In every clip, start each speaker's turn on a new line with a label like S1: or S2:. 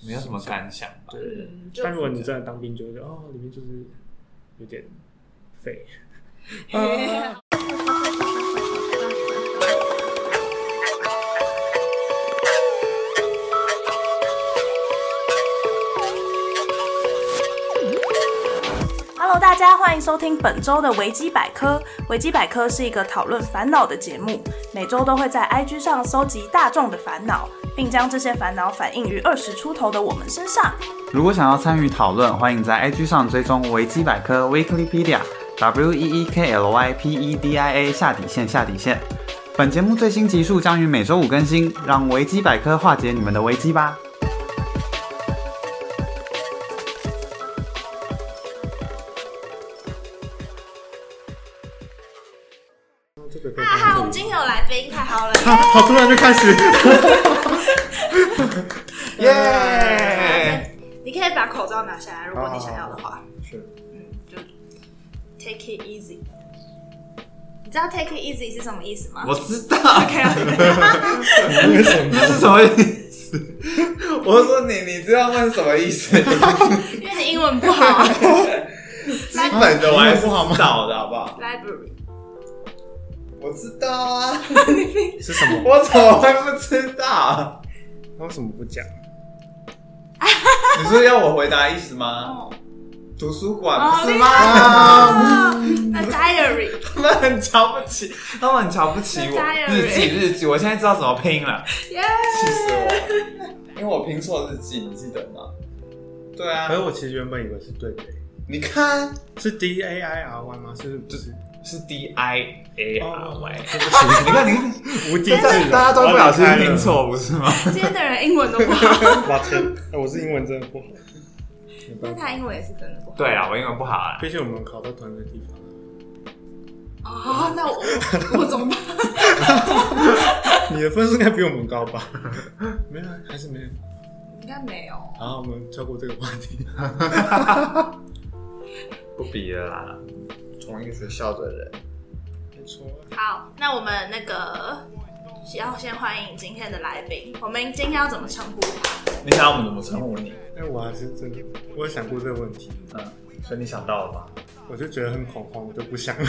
S1: 没有什么感想吧？
S2: 对，
S3: 嗯，就
S2: 但如果你真的当兵，就会觉得哦，里面就是有点 废。
S3: 啊
S4: 哈喽，大家，欢迎收听本周的维基百科。维基百科是一个讨论烦恼的节目，每周都会在 IG 上搜集大众的烦恼，并将这些烦恼反映于二十出头的我们身上。
S5: 如果想要参与讨论，欢迎在 IG 上追踪维基百科 Weeklypedia W E E K L Y P E D I A 下底线下底线。本节目最新集数将于每周五更新，让维基百科化解你们的危机吧。
S2: 那哦这个可以
S3: 哈哈，我
S2: 当
S3: 们
S2: 做
S3: 今天有来宾，太好了！
S5: 啊，好突然就开始，
S1: 耶！
S3: 你可以把口罩拿下来，如果你想要的话。
S2: 是
S3: 嗯，就 take it easy。你知道 take it easy 是什么意思吗？
S1: 我知道，
S2: 为什么？
S1: 那是什么意思？我说你，你知道问什么意思？
S3: 因为你英文不 好。
S1: 基本的我还是知道的，好不好？
S3: Library，
S1: 我知道啊，
S2: 是什么？
S1: 我怎么会不知道？
S2: 他为什么不讲？
S1: 你说要我回答意思吗？
S3: 哦，
S1: 图书馆
S3: 哦
S1: 不是吗？
S3: 那 diary，
S1: 他们很瞧不起， 他们很瞧不起我。
S3: 加油
S1: 日记日记，我现在知道怎么拼了，
S3: 耶！
S1: 气死我！因为我拼错日记，你记得吗？对啊
S2: 可，是我其实原本以为是对的，欸
S1: 你看
S2: 是 D A I R Y 吗？是不是？
S1: 是 D I A R
S2: 哦
S1: Y，
S2: 对不起，
S1: 你看你看，
S2: 无地自容，
S1: 大家都不小心
S2: 我要离开了
S1: 拼。错，不是吗？
S3: 今天的人英文都不好，
S2: 抱歉，我是英文真的不好，没
S3: 但
S2: 办法。
S3: 他英文也是真的不好。
S1: 对啊，我英文不好啊。
S2: 毕竟我们考到同一个地方，
S3: 哦，那我我我怎么办？
S2: 你的分数应该比我们高吧？ 没有，啊还是没有。
S3: 应该没有。
S2: 好，我们跳过这个话题。
S1: 不比了啦，同一个学校的人，
S2: 没错，啊
S3: 好，那我们那个要先欢迎今天的来宾，我们今天要怎么称呼他？
S1: 你想我们怎么称呼你？
S2: 但哎我还是真的，我有想过这个问题，
S1: 嗯，所以你想到了吗？
S2: 我就觉得很恐慌，我就不想 了。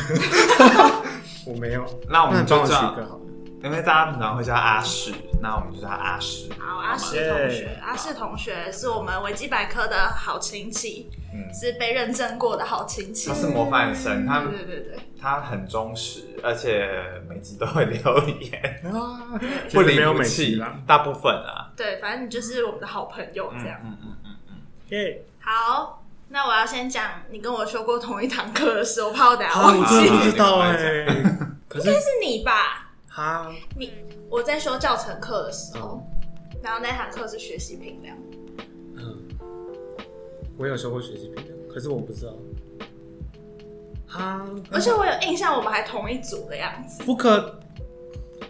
S2: 我没有，
S1: 那我
S2: 那
S1: 们
S2: 你帮
S1: 就
S2: 我取
S1: 叫，
S2: 一个好了。
S1: 因为大家平常会叫阿世，那我们就叫他阿世。
S3: 好，阿世
S2: 谢
S3: 同学，阿世同学是我们维基百科的好亲戚，
S1: 嗯，
S3: 是被认证过的好亲戚
S1: 他。是模范生，他
S3: 对对对对，
S1: 他很忠实，而且每集都会留言，
S2: 啊，
S1: 不离
S2: 没有
S1: 不
S2: 美籍
S1: 弃
S2: 啦。，
S1: 大部分啊，
S3: 对，反正你就是我们的好朋友这样。
S1: 嗯嗯嗯嗯
S2: 耶，
S3: 好，那我要先讲你跟我修过同一堂课的时候，我怕我等下
S2: 啊，
S3: 忘
S2: 我
S3: 记，
S2: 真的不知道哎。可是
S3: 是你吧？
S2: 哈，
S3: 你我在修教程课的时候，然后那堂课是学习评量，
S2: 嗯，我有修过学习评量，可是我不知道。哈，
S3: 而且我有印象，我们还同一组的样子。
S2: 不可，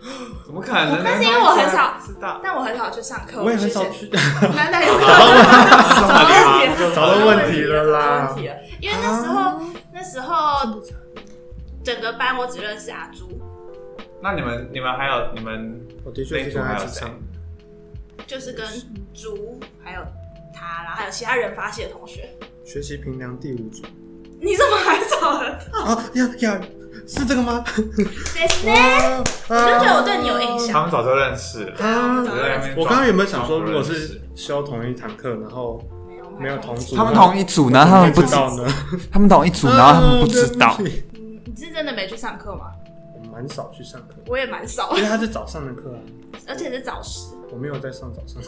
S1: 嗯，怎么可能？
S3: 但是因为我很少
S1: 知道，
S3: 但我很少去上课，
S2: 我也很
S3: 是
S2: 少
S3: 先
S2: 去。
S3: 男男有课，找到问题 了，
S2: 找到问题了啦
S3: 找到问题了因为那时 候，那时候整个班我只认识阿朱，
S1: 那你们你们还有你们
S2: 我的确是跟他一起上，
S3: 就是跟朱还有他啦，还有其他人发系的同学。
S2: 学习评量第五组。
S3: 你怎么还找得到？
S2: 啊呀呀，是这个吗？
S3: 对是呢
S2: 啊，我
S3: 我就觉得我对你有印象
S1: 他们早就认识了。
S2: 啊
S3: 早就认识
S2: 我刚刚原本想说，如果是修同一堂课，然后没有同组，
S5: 他们同一组呢，他
S2: 他
S5: 们不
S2: 知
S5: 知
S2: 道呢，
S5: 他们同一组，然后他们不知道
S2: 啊。对不起
S3: 嗯你是真的没去上课吗？
S2: 我蛮少去上课，
S3: 我也蛮少
S2: 因，为他是早上的课啊，
S3: 而且是早十，
S2: 我没有在上早上，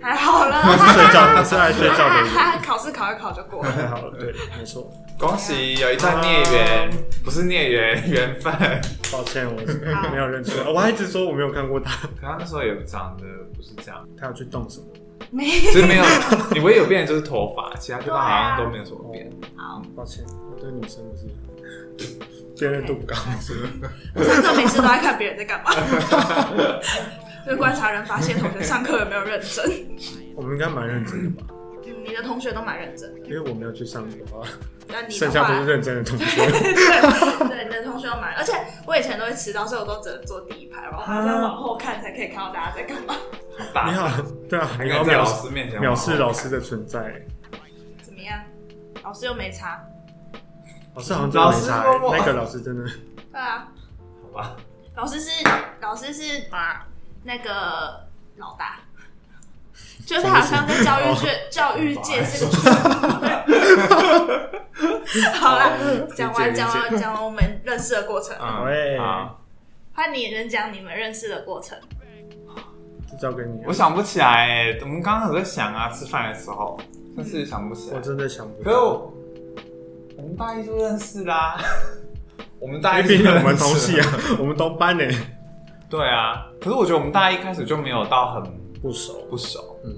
S3: 还好了，
S2: 他是睡觉，他是来睡觉的人。
S3: 还考试考一考就过了。
S2: 太好了，对，没错。
S1: 恭喜有一段孽缘，不是孽缘，缘 分。
S2: 抱歉，我没有认出哦来，我还一直说我没有看过他，
S1: 可他那时候也长得不是这样，
S2: 他要去动什么？
S3: 没
S1: 其实没 有，你唯一有变的就是头发，其他地方好像都没有什么变。
S3: 好，
S2: 哦抱歉，我对女生不是辨认度不高，是不是？
S3: 我上课每次都在看别人在 干嘛，就观察人发现同学上课有没有认真。
S2: 我们应该蛮认真的吧？
S3: 嗯，你的同学都蛮认真的，
S2: 因为我没有去上的话，
S3: 那你
S2: 剩
S3: 的
S2: 下
S3: 话
S2: 都是，认真的同学。
S3: 对，你的同学都蛮，而且我以前都会迟到，所以我都只能坐第一排，然后还要往后看才可以看到大家在干嘛。
S1: 大
S2: 你好，对啊，
S5: 还
S2: 你
S5: 可
S2: 要
S5: 以在
S2: 表
S5: 老
S2: 示
S5: 师面前
S2: 藐视老师的存在。
S3: 怎么样？老师又没查。
S2: 老师好像真的没差
S1: 老师默
S2: 欸，
S1: 默
S2: 那个老师真的
S3: 对啊，
S1: 好吧？
S3: 老师是老师是啊那个老大， 就是他好像在教育界教育界是个。 好啦，讲完
S2: 哦理解啊
S3: 讲完讲完我们认识的过程，
S1: 嗯，
S2: 喂
S1: 好，
S3: 换你人讲你们认识的过程。
S2: 就交给你了
S5: 我，想不起来、欸，我们刚刚有在想啊，吃饭的时候，但是想不起来。
S2: 我真的想不
S5: 可是
S2: 到。
S5: 我我们大一就认识 啦，我们大
S2: 因
S5: 一
S2: 为
S5: 就
S2: 毕竟
S5: 认识
S2: 我们同系
S5: 了
S2: 啊， 我们同班呢，
S5: 嗯对啊，可是我觉得我们大一开始就没有到很
S2: 不熟。
S5: 不熟，
S2: 嗯，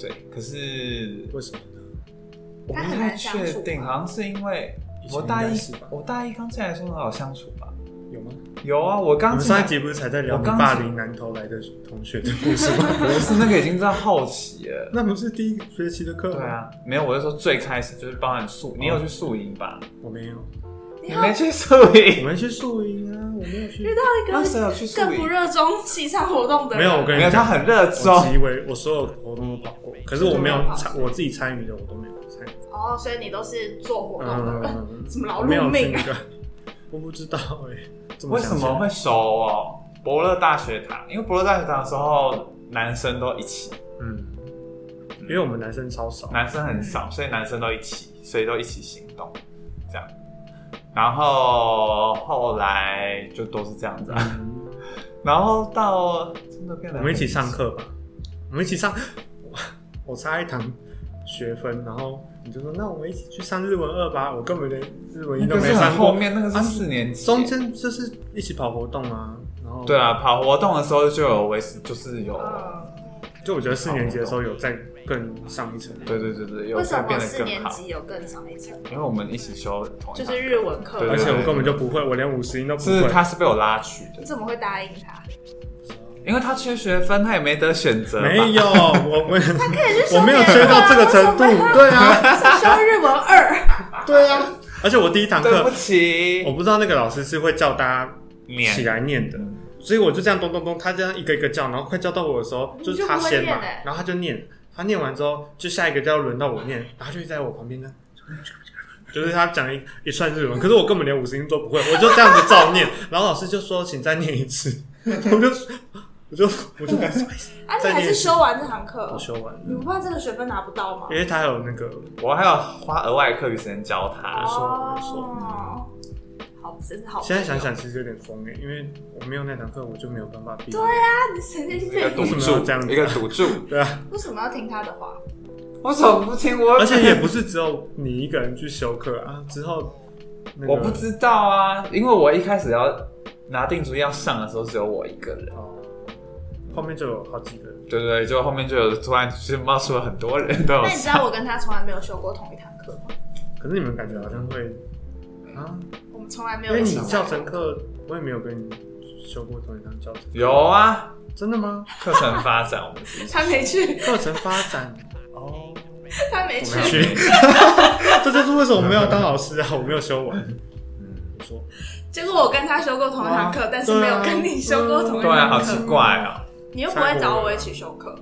S5: 对。可是
S2: 为什么呢？
S5: 我不太确定，好像是因为我大
S2: 以前应该
S5: 一
S2: 是吧，
S5: 我大一刚进来的时候很好相处吧？
S2: 有吗？
S5: 有啊，我
S2: 我
S5: 刚
S2: 们
S5: 进
S2: 上一
S5: 来
S2: 集不是才在聊
S5: 我
S2: 你
S5: 刚
S2: 霸
S5: 进
S2: 凌南投来的同学的 故事吗？
S5: 不是那个已经在后期了。
S2: 那不是第一学期的课吗？
S5: 对，啊，没有，我是说最开始就是包含宿，你有去宿营吧？
S2: 我没有，
S5: 你
S3: 以后
S5: 没去宿
S2: 我
S5: 营，
S2: 们去宿营啊，我没有去
S3: 遇。到一
S5: 那谁
S3: 个
S5: 有去宿
S3: 更不
S5: 营？
S3: 热衷系上活动的
S2: 没
S3: 人，
S2: 有，我跟
S5: 没有，他
S2: 你讲，
S5: 很热
S2: 我
S5: 衷
S2: 自。以为我所有活动都跑过，可是我没有参，
S5: 啊
S2: 我自己参与的我都没有参与。
S3: 哦，所以你都是做活动的人。
S2: 嗯，
S3: 什么劳
S2: 我没有
S3: 碌命
S2: 那
S3: 啊
S2: 个，我不知道哎，这
S5: 为
S2: 想
S5: 什
S2: 起来
S5: 么会熟哦？伯乐大学堂，因为伯乐大学堂的时候男生都一起，
S2: 嗯，因为我们男生超少，
S5: 男生很少，所以男生都一起，所以都一起行动，这样。然后后来就都是这样子、啊，然后到真的变得
S2: 我们一起上课吧，我们一起上，我差一堂学分，然后你就说那我们一起去上日文二吧，我根本连日文一
S5: 那
S2: 都
S5: 个
S2: 没
S5: 是
S2: 上
S5: 很
S2: 过啊
S5: 后，面那个是四年级，
S2: 中间就是一起跑活动啊，然后
S5: 对，啊，跑活动的时候就有维持，就是有，
S3: 嗯，
S2: 就我觉得四年级的时候有再更上一层，
S5: 对对对对，有
S3: 为什
S5: 变
S3: 么
S5: 得
S3: 四
S5: 更
S3: 年
S5: 好，
S3: 级有更上一层？
S5: 因为我们一起修同一堂
S3: 就是日文课，
S5: 对
S2: 而且我根本就不会，我连五十音都不
S5: 是
S2: 会，
S5: 他是被我拉去的
S3: 你，怎么会答应他？
S5: 因为他缺学分，他也没得选择嘛，
S2: 没有，我我
S3: 是
S2: 我没有缺到这个程度
S3: 为什么，
S2: 对啊，
S3: 是修日文二，
S2: 对啊， 而且我第一堂
S5: 对不
S2: 课哦我
S5: 起，
S2: 不知道那个老师是会叫大家
S5: 念
S2: 起来念的，所以我就这样咚咚咚，他这样一个一个叫，然后快叫到我的时候，
S3: 你就是
S2: 他先
S3: 不会念
S2: 嘛
S3: 欸，
S2: 然后他就念，他念完之后，就下一个就要轮到我念，然后他就一直在我旁边这样。就是他讲一一串日文，可是我根本连五十音都不会，我就这样子照念，然后老师就说请再念一次，我就我就我就
S3: 而且还是修完这堂课
S2: 我，修完了，
S3: 你不怕这个学分拿不到吗
S2: 因？为他有那个
S5: 我还有花额外课余时间教他，
S2: 错没错
S3: 哦，好，真是好。
S2: 现在想，想其实有点疯哎，因为我没有那堂课，我就没有办法毕业。
S3: 对啊，你神经
S5: 一个
S3: 病，
S5: 赌
S2: 为什么要这样
S5: 注，
S2: 子啊
S5: 一个赌注，
S2: 对啊，
S3: 为什么要听他的话？
S5: 为什么不听我？
S2: 而且也不是只有你一个人去修课啊，之后、那 个、
S5: 我不知道啊，因为我一开始要拿定主意要上的时候只有我一个人，
S2: 哦，后面就有好几个人，
S5: 对对对，就后面就有突然就冒出了很多人都有
S3: 那你知道
S5: 上，
S3: 我跟他从来没有修过同一堂课吗？
S2: 可是你们感觉好像会啊，
S3: 我们从来没
S2: 因
S3: 有
S2: 为
S3: 一
S2: 你
S3: 起上
S2: 教程课我也没有跟你修过同一堂教程，
S5: 有啊，
S2: 真的吗？
S5: 课程发展我们是一起
S3: 他没去，
S2: 课程发展哦，
S3: 他没
S2: 我
S3: 去
S2: 没有。 去，这就是为什么我没有当老师啊，我没有修完。
S5: 嗯
S2: 你说
S3: 结果我跟他修过同一堂
S2: 啊
S3: 课，但是没有跟你修过同一
S5: 对啊，
S3: 堂
S5: 好
S3: 课。
S5: 奇怪哦、
S3: 你又不会找我一起修课，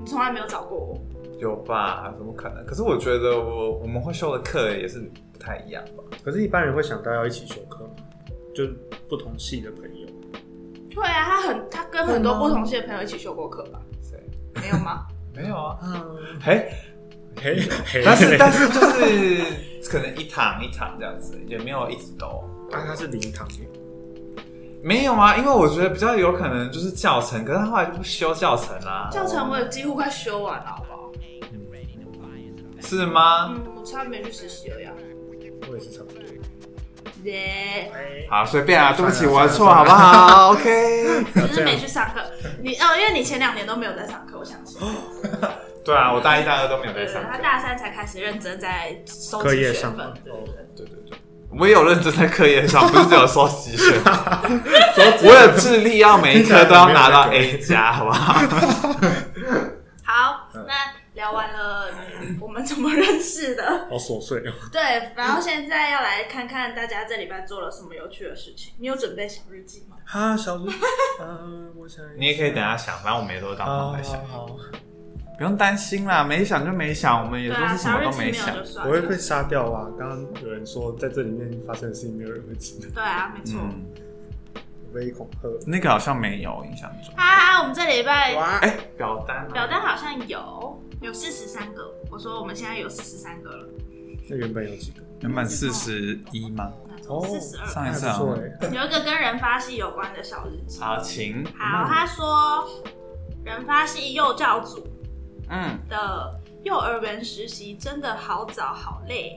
S3: 你从来没有找过我。
S5: 有吧？怎么可能？可是我觉得我我们会修的课也是不太一样吧。
S2: 可是，一般人会想到要一起修课吗？就是不同系的朋友，
S3: 对啊，他很他跟很多不同系的朋友一起修过课吧？
S5: 谁？
S3: 没有吗？
S5: 没有 啊。
S2: 嗯，
S5: 嘿、
S2: 嘿，嘿
S5: 但是但是就是可能一堂一堂这样子，也没有一直都
S2: 但啊他是零堂耶，
S5: 没有啊。因为我觉得比较有可能就是教程，可是他后来就不修教程啦、
S3: 教程我也几乎快修完了，好不好？
S5: 是吗？
S3: 嗯，我差点没去实习了呀。
S2: 我也是差不多。
S3: 耶，
S5: 好，随便啊，对不起，
S2: 算了
S5: 我的错，
S2: 算
S5: 好
S2: 了
S5: 不 好？OK。
S3: 只是没去上课。你哦，因为你前两年都没有在上课，我想说。
S5: 对啊，我大一、大二都没有在
S3: 对，啊
S5: 上
S3: 他
S5: 课。
S3: 大三才开始认真在收
S2: 课
S3: 集
S2: 业
S3: 学
S2: 上
S3: 分。
S2: 吗
S3: 对对对
S5: 对对对，我也有认真在课业上，不是只有收集 学。
S2: 说
S5: 我有致力 要每一科都要拿到 A 加，好不好？
S3: 好，那聊完了我们怎么认识的，
S2: 好琐碎哦。
S3: 对，然后现在要来看看大家这礼拜做了什么有趣的事情。你有准备小日记吗？
S2: 哈， 小鹿，嗯，我想一下
S5: 你也可以等下想，反正我们也都是当
S2: 好
S5: 场在
S2: 好
S5: 想，
S2: 好，
S5: 哦不用担心啦，没想就没想，我们也
S3: 对
S5: 都
S3: 啊，
S5: 是什
S3: 小
S5: 么
S3: 日
S5: 都
S3: 记没
S5: 没想
S3: 有就。算
S2: 我会
S3: 了。
S2: 被杀掉啊！刚刚有人说在这里面发生的事情，没有人会知道，
S3: 对啊，没错。
S5: 嗯，
S2: 微恐吓。
S5: 那个好像没有印象中。
S3: 啊，我们这礼拜
S2: 哇，
S5: 哎，表单，
S3: 表单好像有有四十三个，我说我们现在有四十三个了，
S2: 那原本有几个？
S5: 原本四十一吗？
S2: 哦
S3: 四十二。
S5: 上一
S2: 还不
S5: 次啊，
S2: 错哎。
S3: 有一个跟人发系有关的小日记。
S5: 好，请，
S3: 好，他说人发系幼教组
S5: 嗯
S3: 的幼儿园实习真的好早好累，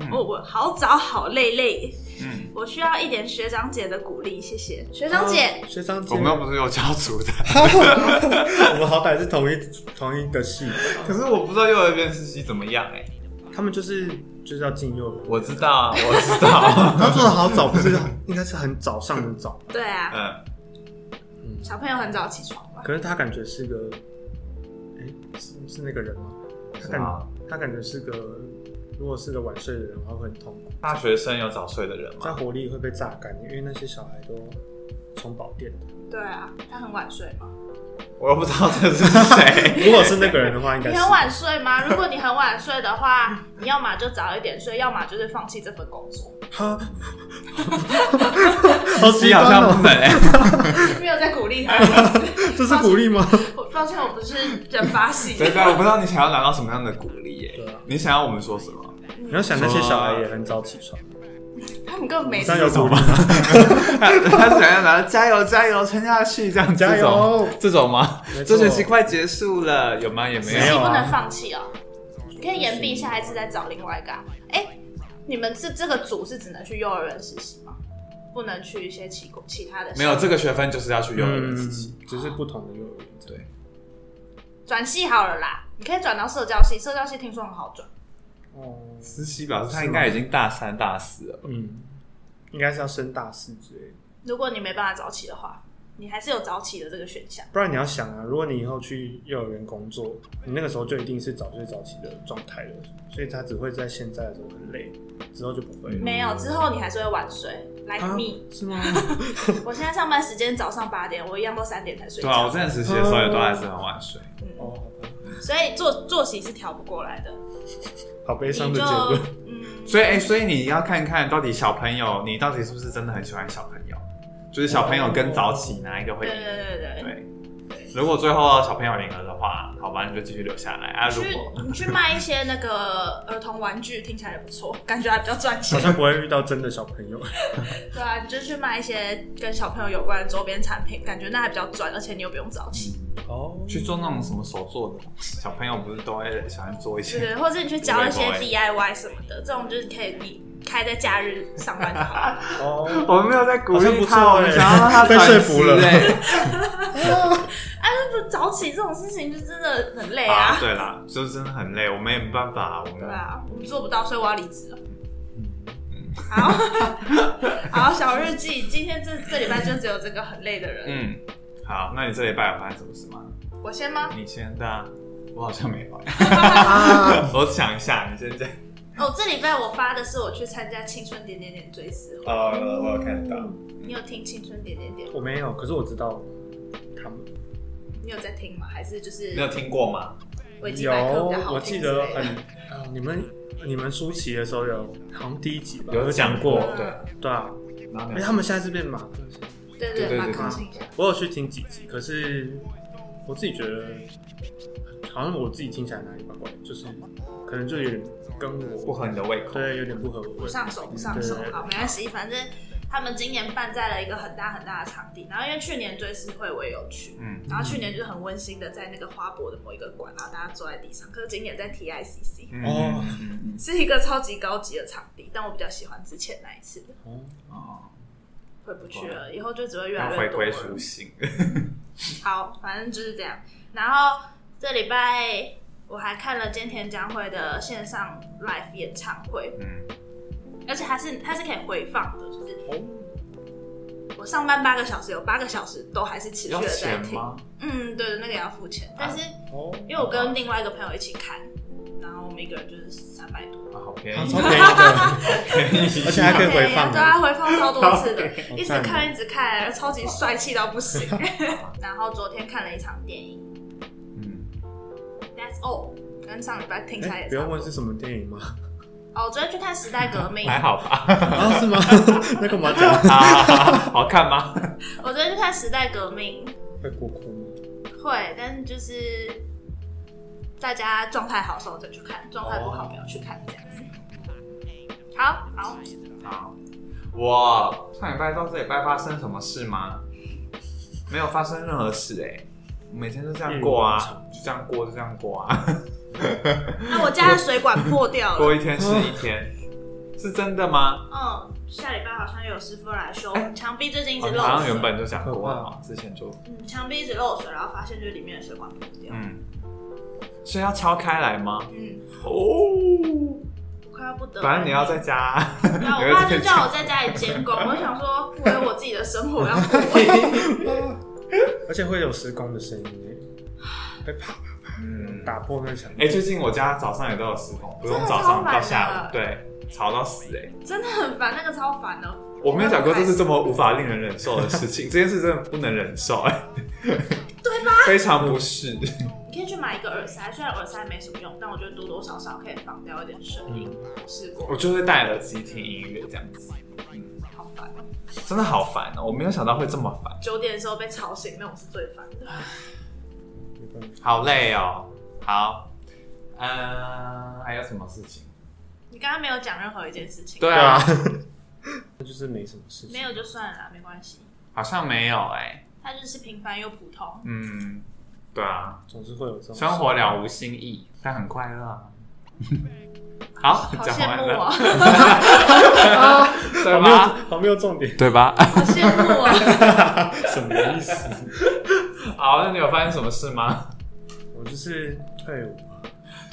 S5: 嗯
S3: 哦，我好早好累累，
S5: 嗯，
S3: 我需要一点学长姐的鼓励，谢谢学长姐。
S2: 啊，学长姐，
S5: 我们 又不是有教组的，
S2: 我们好歹是同一同一个系，
S5: 可是我不知道幼儿园实习怎么样哎。
S2: 他们就是就是要进幼儿园。
S5: 我知道啊， 我知道，
S2: 他做的好早，不是应该是很早上的早，
S3: 对啊，
S5: 嗯，
S3: 小朋友很早起床吧？
S2: 可是他感觉是个，哎、是是那个人吗？他
S5: 是
S2: 感
S5: 吗？
S2: 他感觉是个，如果是个晚睡的人，的话会很痛苦，
S5: 大学生有早睡的人
S2: 在
S5: 吗？
S2: 活力会被榨干，因为那些小孩都充饱 电。
S3: 对啊，他很晚睡吗？
S5: 我又不知道这是 谁。
S2: 如果是那个人的话，应该
S3: 你
S2: 是
S3: 很晚睡吗？如果你很晚睡的话，你要么就早一点睡，要么就是放弃这份工作。
S2: 哈，好
S5: 自己
S2: 极
S5: 好
S2: 端
S5: 像
S2: 哦
S5: 不，能哎，
S3: 没有在鼓励他的意 思。
S2: 这是鼓 励吗？
S3: 我抱歉，我不是人发系。
S5: 对对，我不知道你想要拿到什么样的鼓励
S2: 对
S5: 哎
S2: 啊，
S5: 你想要我们说什么？
S2: 你要想那些小孩也很早起床，
S3: 他们根本没
S2: 这样有
S5: 什
S2: 鼓
S5: 么
S2: 励吗？
S5: 他他想要拿加油加油撑下去这样
S2: 加
S5: 这种
S2: 油！
S5: 这种吗
S2: 没？错
S5: 这学期快结束了，有吗？也没
S3: 实
S5: 有
S3: 习
S2: 没有
S3: 不
S2: 啊
S3: 能放弃哦，你可以延毕，下一次再找另外一个啊。哎、你们是这个组是只能去幼儿园实习吗？不能去一些其其他的？
S5: 没有这个学分就是要去幼儿园实习。
S2: 嗯，只是不同的幼儿园。
S5: 对，
S3: 转系好了啦，你可以转到社交系，社交系听说很好转。
S2: 哦，
S5: 实习表示他应该已经大三大四了吧。
S2: 嗯，应该是要升大四之类的。
S3: 如果你没办法早起的话，你还是有早起的这个选项。
S2: 不然你要想啊，如果你以后去幼儿园工作，你那个时候就一定是早睡早起的状态了，所以他只会在现在的时候很累，之后就不会了。
S3: 没有之后，你还是会晚睡，like me。
S2: 是吗？
S3: 我现在上班时间早上八点，我一样都三点才睡
S5: 对啊，我
S3: 觉
S5: 之，前实习的时候也都还是很晚睡。
S2: 哦，好吧
S3: 嗯所以作作息是调不过来的。
S2: 好悲
S3: 你
S2: 伤
S3: 就
S2: 的结论。
S3: 嗯，
S5: 所以，哎、所以你要看看到底小朋友，你到底是不是真的很喜欢小朋友？就是小朋友跟早起哪一个会
S3: 对
S5: 赢？
S3: 对对对对。
S5: 对。如果最后小朋友赢了的话，好吧，你就继续留下来啊。如
S3: 去
S5: 果
S3: 你去卖一些那个儿童玩具，听起来也不错，感觉还比较赚 钱
S2: 好。像不会遇到真的小朋友，
S3: 对啊，你就去卖一些跟小朋友有关的周边产品，感觉那还比较赚，而且你又不用早起。
S2: 哦，
S5: 去做那种什么手做的，小朋友不是都会喜欢做一
S3: 对
S5: 些
S3: 对，或者你去教一些
S5: 不会不会
S3: DIY 什么的，这种就是可以你开在假日上班就 好了。
S2: 哦，
S5: 我们没有在鼓励他，
S2: 好像不错欸
S5: 我们想要 让他
S2: 被
S5: 转
S2: 说服了
S5: 职欸
S3: 但是早起这种事情就真的很累
S5: 啊
S3: 啊。，
S5: 对啦，就真的很累，我们也没办法，我们
S3: 对啊，我们做不到，所以我要离职了。好，好，小日记，今天这这礼拜就只有这个很累的人。
S5: 嗯，好，那你这礼拜有发生什么事吗？
S3: 我先吗？
S5: 你先的啊，我好像没有欸，
S2: 啊
S5: 我想一下，你先讲。
S3: 哦，这礼拜我发的是我去参加青春点点点追思会，
S5: 呃，我有看到，
S3: 你有听青春点点点吗？
S2: 我没有，可是我知道他们
S3: 你有在听吗？还是就是
S5: 你有听过吗？
S3: 维基
S2: 有
S3: 百科比较，好
S2: 我
S3: 听
S2: 记
S3: 之
S2: 得
S3: 类的嗯
S2: 很，啊你们你们舒淇的时候有，好像第一集吧，
S5: 有讲过嗯
S2: 过，
S5: 对
S2: 对啊，
S5: 然后
S2: 哎、
S5: 你有
S2: 他们现在是变马克线。
S3: 对
S5: 对对
S3: 对，蛮
S5: 对
S3: 高
S5: 对
S3: 兴一下。
S2: 我有去听几集，可是我自己觉得，好像我自己听起来哪里怪怪，就是可能就有点跟我
S5: 不合你的胃口，
S2: 对，有点不合我
S3: 不
S2: 味。
S3: 上手，不上手
S2: 对对，对
S3: 好，没关系，反正他们今年办在了一个很大很大的场地，然后因为去年追思会我也有去。
S5: 嗯，
S3: 然后去年就是很温馨的，在那个花博的某一个馆，然后大家坐在地上。可是今年在 TICC，
S5: 嗯
S2: 哦
S5: 嗯
S3: 是一个超级高级的场地，但我比较喜欢之前那一次的，
S2: 哦
S5: 嗯哦，
S3: 回不去了，以后就只会越
S5: 要
S3: 来
S5: 回
S3: 越多
S5: 归
S3: 人。
S5: 初心，
S3: 好，反正就是这样。然后这礼拜我还看了菅田将晖的线上 live 演唱会，
S5: 嗯，哦
S3: 而且它是它是可以回放的，就是我上班八个小时，有八个小时都还是持续
S1: 要
S3: 的在
S1: 钱
S3: 听。
S1: 吗？
S3: 嗯，对，那个也要付钱，
S5: 啊
S3: 但是
S2: 哦，
S3: 因为我跟另外一个朋友一起看，然后我们一个人就是三百多，
S1: 啊，好便
S2: 啊
S1: 宜，
S2: 超便宜的， 而且还可以回放
S3: 对啊，回放超多次的，
S2: 好
S3: 一直
S2: 赞
S3: 看一直看，超级帅气到不行。 然后昨天看了一场电影
S1: 嗯，
S3: ，That's all，跟上礼拜听起来
S2: 哎，
S3: 也
S2: 不
S3: 差
S2: 用
S3: 不
S2: 问
S3: 多。
S2: 是什么电影吗？
S3: 哦，我昨天去看《时代革命》，
S1: 还好 吧？
S2: 啊，是吗？ 那干嘛讲？
S1: 好看吗？
S3: 我昨天去看《时代革命
S2: 会哭哭吗？》，
S3: 会，但是就是大家状态好的时候再去看，状态不好不要去看这样子。好，好，
S5: 好，我上礼拜到这礼拜发生什么事吗？没有发生任何事哎、我每天都这样过
S2: 一如
S5: 啊，就这样过，就这样过啊，
S3: 那我家的水管破掉
S5: 过
S3: 了，
S5: 一天是一天，是真的吗？
S3: 嗯，下礼拜好像有师傅来修，墙壁最近一直
S5: 哦你
S3: 漏
S5: 好像
S3: 水，
S5: 原本就讲过啊
S2: 可
S5: 了，之前就
S3: 嗯，墙壁一直漏水，然后发现就是里面的水管破掉，
S5: 嗯，所以要敲开来吗？
S3: 嗯，
S5: 哦，
S3: 快要不得了，
S5: 反正你要在家啊、
S3: 然后我爸就叫我在家里监工，我想说我有我自己的生活要过，
S2: 而且会有施工的声音哎，被啪
S5: 嗯，
S2: 打破那墙。
S5: 哎、最近我家早上也都有施工，不用
S3: 真的
S5: 早
S3: 超
S5: 上
S3: 烦
S5: 到
S3: 的
S5: 下午，对，吵到死哎、
S3: 真的很烦，那个超烦的。
S5: 我没有想过这是
S3: 么
S5: 这么无法令人忍受的事情，这件事真的不能忍受 哎、对吧？ 非常不适。
S3: 你可以去买一个耳塞，虽然耳塞没什么用，但我觉得多多少少可以防掉一点声音。
S5: 嗯
S3: 我试过
S5: 我，就会戴耳机听音乐这样子，
S3: 好烦。
S5: 真的好烦哦、我没有想到会这么烦，
S3: 九点的时候被吵醒，那种是最烦的。
S2: 没办法
S5: 好累哦、好，嗯，还有什么事情？
S3: 你刚刚没有讲任何一件事情，
S5: 对啊，
S2: 那就是没什么事情。
S3: 没有就算了啦，没关系。
S5: 好像没有哎、
S3: 它就是平凡又 普通。
S5: 嗯，对啊。
S2: 总是会有这种
S5: 生活了无新意，但很快乐啊。 好，
S3: 好
S5: 讲
S3: 羡
S5: 完
S3: 慕
S5: 了，
S3: 啊！
S5: 对
S2: 好没有
S5: 吧？
S2: 好没有重点，
S5: 对吧？
S3: 好羡慕啊！
S2: 什么意思？
S5: 好，那你有发生什么事吗？
S2: 我就是退伍啊，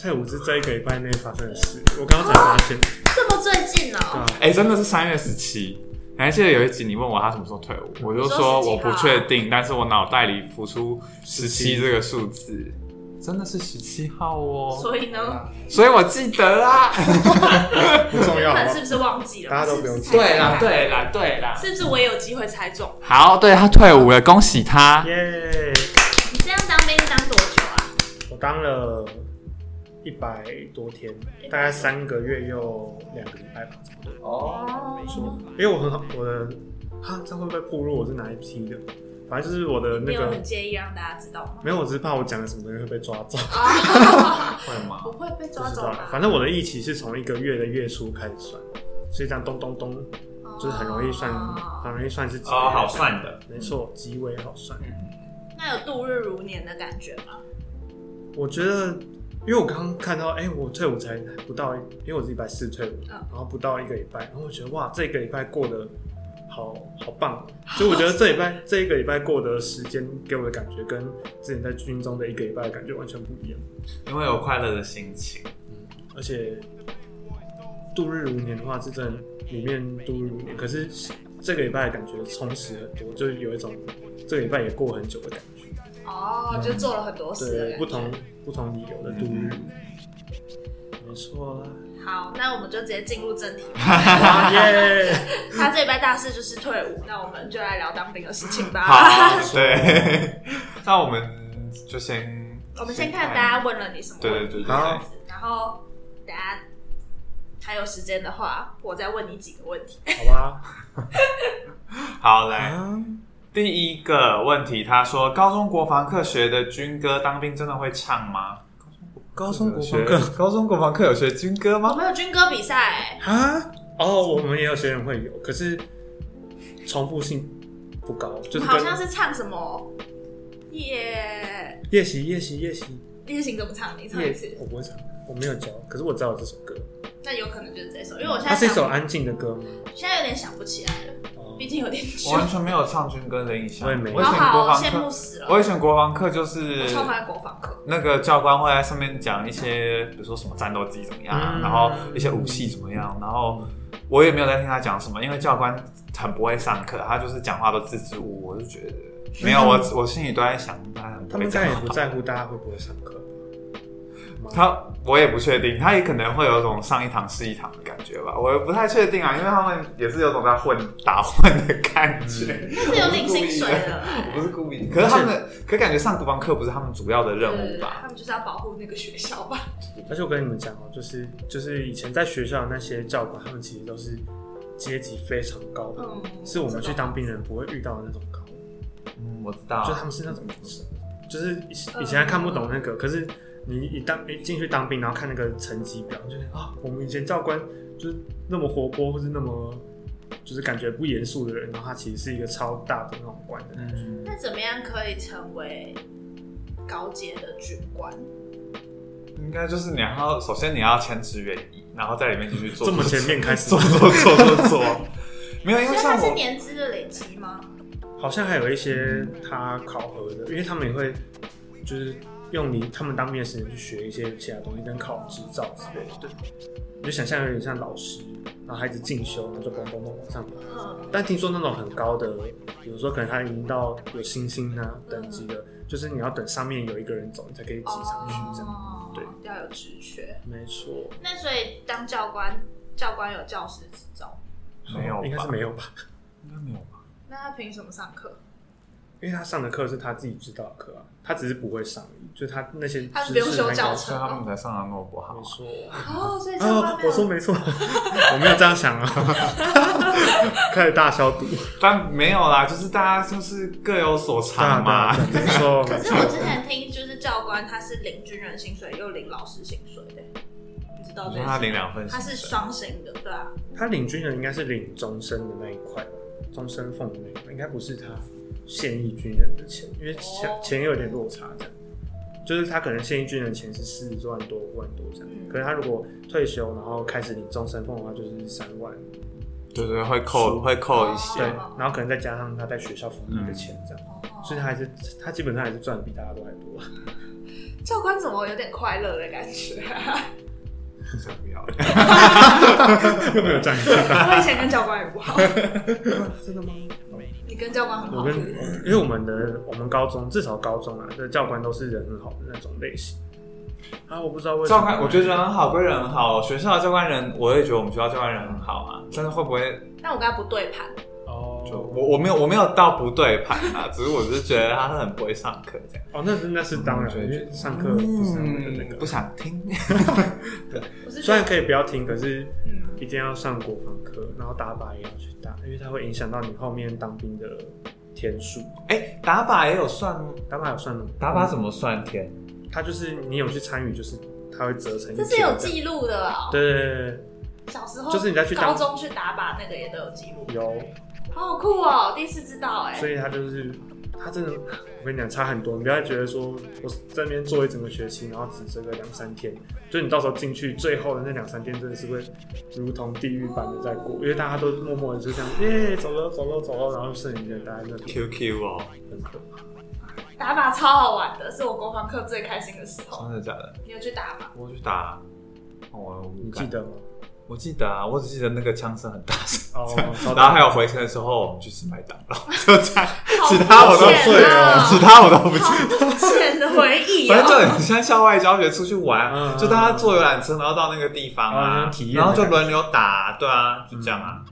S2: 退伍是这一个礼拜内发生的事，我刚刚才发现。
S3: 这么最近哦、
S5: 哎、真的是三月十七。你还记得有一集你问我他什么时候退伍，我就说我不确定，但是我脑袋里浮出十七这个数字，真的是十七号哦，
S3: 所以呢，
S5: 所以我记得啦。
S2: 不重要
S3: 原
S2: 好
S3: 本
S2: 不
S3: 是
S2: 好
S3: 不是忘记了？
S2: 大家都不用
S3: 是
S2: 记
S3: 是猜
S5: 对啦，对啦，对啦。
S3: 是不是我也有机会猜中？
S5: 好，对他退伍了，恭喜他。
S2: 耶！
S3: 你这样当兵当多久啊？
S2: 我当了一百多天，大概三个月又两个礼拜吧，差不多。
S1: 哦，
S3: 哦，
S2: 因为我很好，我的哈，这样会不会暴露我是哪一批的？反正就是我的
S3: 你
S2: 那
S3: 有
S2: 个
S3: 很，介意让大家知道吗？
S2: 没有，我只是怕我讲了什么东西会被抓走，
S3: 啊，
S5: 会吗？
S3: 不会被
S2: 不
S3: 抓
S2: 知
S3: 走
S2: 道
S3: 吧。？
S2: 反正我的疫期是从一个月的月初开始算，所以这样咚咚咚，就是很容易算，很
S3: 哦
S2: 容易算是几
S5: 哦，
S2: 位
S5: 好算的，
S2: 没错，极为好算。
S5: 嗯
S3: 那有度日如年的感觉吗？
S2: 我觉得，因为我刚刚看到，哎、我退伍才不到，因为我是礼拜四退伍，
S3: 嗯
S2: 然后不到一个礼拜，然后我觉得哇，这个礼拜过得好好 棒，所以我觉得这礼拜这一个礼拜过的时间给我的感觉，跟之前在军中的一个礼拜的感觉完全不一样，
S5: 因为有快乐的心情。
S2: 而且度日如年的话，是真的里面度日如年，可是这个礼拜的感觉充实很多，就是有一种这个礼拜也过很久的感觉，
S3: 哦，就做了很多事的
S2: 对，
S3: 感
S2: 不
S3: 觉。
S2: 同不同理由的度日，没错啊啦。
S3: 好，那我们就直接进入正题。
S2: 耶！
S3: 他这礼拜大事就是退伍，那我们就来聊当兵的事情吧。
S5: 好， 对，那我们就先，
S3: 我们先看大家问了你什么
S5: 对，对
S3: 问
S5: 对
S3: 题，
S5: 对
S2: 好
S5: 对，
S3: 然后大家还有时间的话，我再问你几个问题。
S2: 好吧，
S5: 好来，第一个问题，他说高中国防课学的军歌，当兵真的会唱吗？
S2: 高
S5: 有学，高中国防课有学军歌
S3: 哎我
S5: 吗？
S3: 们有军歌比赛，
S2: 啊？哦，我们也有学员会有，可是重复性不高，就是
S3: 好
S2: 跟
S3: 像是唱什么夜
S2: 夜袭、夜袭、夜袭、
S3: 夜行怎么唱？你唱一
S2: 夜
S3: 次。
S2: 我不会唱，我没有教，可是我知道这首歌，
S3: 那有可能就是这首，因为我现
S2: 它
S3: 在
S2: 是一啊
S3: 想
S2: 首安静的歌吗？
S3: 现在有点想不起来了。
S2: 哦，
S3: 毕竟有点久
S5: 我。完全没有唱军歌的印象。
S2: 我也没有
S5: 以
S3: 好
S5: 前国
S3: 好
S5: 防
S3: 羡慕
S5: 课，
S3: 死了！
S5: 我以前国防课就是
S3: 我超讨厌国防课，
S5: 那个教官会在上面讲一些，比如说什么战斗机怎么样，啊
S2: 嗯
S5: 然后一些武器怎么样，然后我也没有在听他讲什么，因为教官很不会上课，他就是讲话都支支吾吾，我就觉得没有，我我心里都在想他很不
S2: 他们
S5: 会
S2: 应
S5: 讲
S2: 该也不
S5: 话。
S2: 在乎大家会不会上课。
S5: 他我也不确定，他也可能会有种上一堂是一堂的感觉吧，我也不太确定啊，因为他们也是有种在混打混的感觉。
S3: 但是有领薪水的，
S5: 我 嗯不是故意的，可是他们，可是感觉上国防课不是他们主要的任务吧？
S3: 他们就是要保护那个学校 吧？
S2: 而且我跟你们讲哦，就是就是以前在学校的那些教官，他们其实都是阶级非常高的，
S3: 嗯，
S2: 是我们去当兵人不会遇到的那种高，
S5: 嗯，我知道
S2: 就他们是那种就是以以前还看不懂那个，可是你一当一进去当兵，然后看那个成绩表，就是啊，我们以前教官就是那么活泼，或是那么就是感觉不严肃的人，然后他其实是一个超大的那种官的。
S5: 嗯，
S3: 那怎么样可以成为高阶的军官？
S5: 应该就是你要首先你要签志愿役，然后在里面继续做
S2: 这么前面开 始
S5: 做做做做做，没有，因
S3: 所
S5: 为
S3: 以它
S5: 像
S3: 是
S5: 我
S3: 年资的累积吗？
S2: 好像还有一些他考核的，因为他们也会就是用你他们当面的时间去学一些其他东西，跟考执照之类的。对，你就想象有点像老师，然后孩子进修，然后就嘣嘣嘣往上爬。
S3: 嗯，
S2: 但听说那种很高的，比如说可能他已经到有星星啊等级的，就是你要等上面有一个人走，你才可以挤上去这样。
S3: 哦，
S2: 对，
S3: 要有职缺。
S2: 没错，
S3: 那所以当教官，教官有教师执照，
S5: 没有吧
S2: 应该是没有吧？
S5: 应该没有吧？
S3: 那他凭什么上课？
S2: 因为他上的课是他自己知道的课啊，他只是不会上，就是他那些
S3: 他是不用
S2: 知识
S3: 修教
S5: 所以他们才上了诺伯
S2: 没
S5: 号，
S2: 错。
S3: 哦，所以教官
S2: 哦，
S3: 没有。
S2: 我说没错，我没有这样想 啊，开始大消毒，
S5: 但没有啦，就是大家就是各有所长嘛。
S2: 对对没错，
S3: 可是我之前听就是教官他是领军人薪水又领老师薪水的，你知道
S5: 你
S3: 这
S5: 说
S3: 个？
S5: 他领两份薪水，
S3: 他是双薪的，对啊。
S2: 他领军人应该是领终身的那一块吧，终身俸的那一块，应该不是他现役军人的钱，因为钱
S3: 哦
S2: 钱有点落差这样。就是他可能现役军人钱是四万多、五万多这样，
S3: 嗯
S2: 可是他如果退休然后开始领终身俸的话，就是三万，
S5: 对对，会扣会扣一
S2: 对
S5: 些，
S3: 哦，
S2: 然后可能再加上他在学校服役的钱这样，所以他还是他基本上还是赚的比大家都还 多。
S3: 教官怎么有点快乐的感觉 啊、
S5: 才不要。
S2: 又没有占到。
S3: 我以前跟教官也不好，
S2: 真的吗？
S3: 你跟教官很
S2: 我
S3: 好
S2: 跟，因为我们的我们高中至少高中啊，的教官都是人很好的那种类型。啊，我不知道为什么。
S5: 教官，我觉得人很好归人很好，学校的教官人，我也觉得我们学校教官人很好啊。但是会不会
S3: 但我跟他不对盘。
S2: 哦，
S5: 就我我没有我没有到不对盘 啊，只是我只是觉得他是很不会上课这样。
S2: 哦，那是那是当然，
S5: 嗯
S2: 因为上课不是那
S3: 嗯
S2: 个嗯那
S5: 不
S2: 个。
S5: 想听。
S3: 我是
S2: 虽
S3: 觉
S2: 然
S3: 得，
S2: 可以不要听，可是
S3: 嗯，
S2: 一定要上国防课，然后打靶也要去打，因为它会影响到你后面当兵的天数。
S5: 哎、打靶也有算吗？
S2: 打靶有算吗？嗯
S5: 打靶怎么算天？
S2: 它就是你有去参与，就是它会折成一圈
S3: 这
S2: 这
S3: 是有
S2: 样。
S3: 记录的啊、
S2: 对。对对
S3: 小时候
S2: 就是你再去
S3: 高
S2: 当
S3: 中去打靶那个也都有记录
S2: 对，，有。
S3: 好酷哦、第一次知道哎、
S2: 所以他就是他真的，我跟你讲差很多。你不要觉得说我在那边做一整个学期，然后只这个两三天，就你到时候进去最后的那两三天，真的是会如同地狱般的在过，因为大家都默默的就这样，耶，走了走了走了，然后剩你一个人待在那里，
S5: QQ 哦，
S2: 很可怕。
S3: 打靶超好玩的，是我国防课最开心的时候。
S5: 真的假的？
S3: 你有去打吗？
S5: 我去打，我
S2: 你记？得吗？
S5: 我记得啊，我只记得那个枪声很大声。
S2: 哦，超
S5: 然后还
S2: 有
S5: 有回程的时候，我们去吃麦当劳， 就这样，
S3: 好
S5: 其他我都
S3: 肤浅
S2: 醉
S3: 啊
S2: 了
S5: 其 他我都不记得。
S3: 好肤浅的回忆、
S5: 反正
S3: 哦。
S5: 就很像校外教学出去玩，
S2: 嗯
S5: 就大家坐游览车，然后到那个地方
S2: 哦那
S5: 啊
S2: 种体，验的
S5: 然后就轮流打，对啊，就这样啊。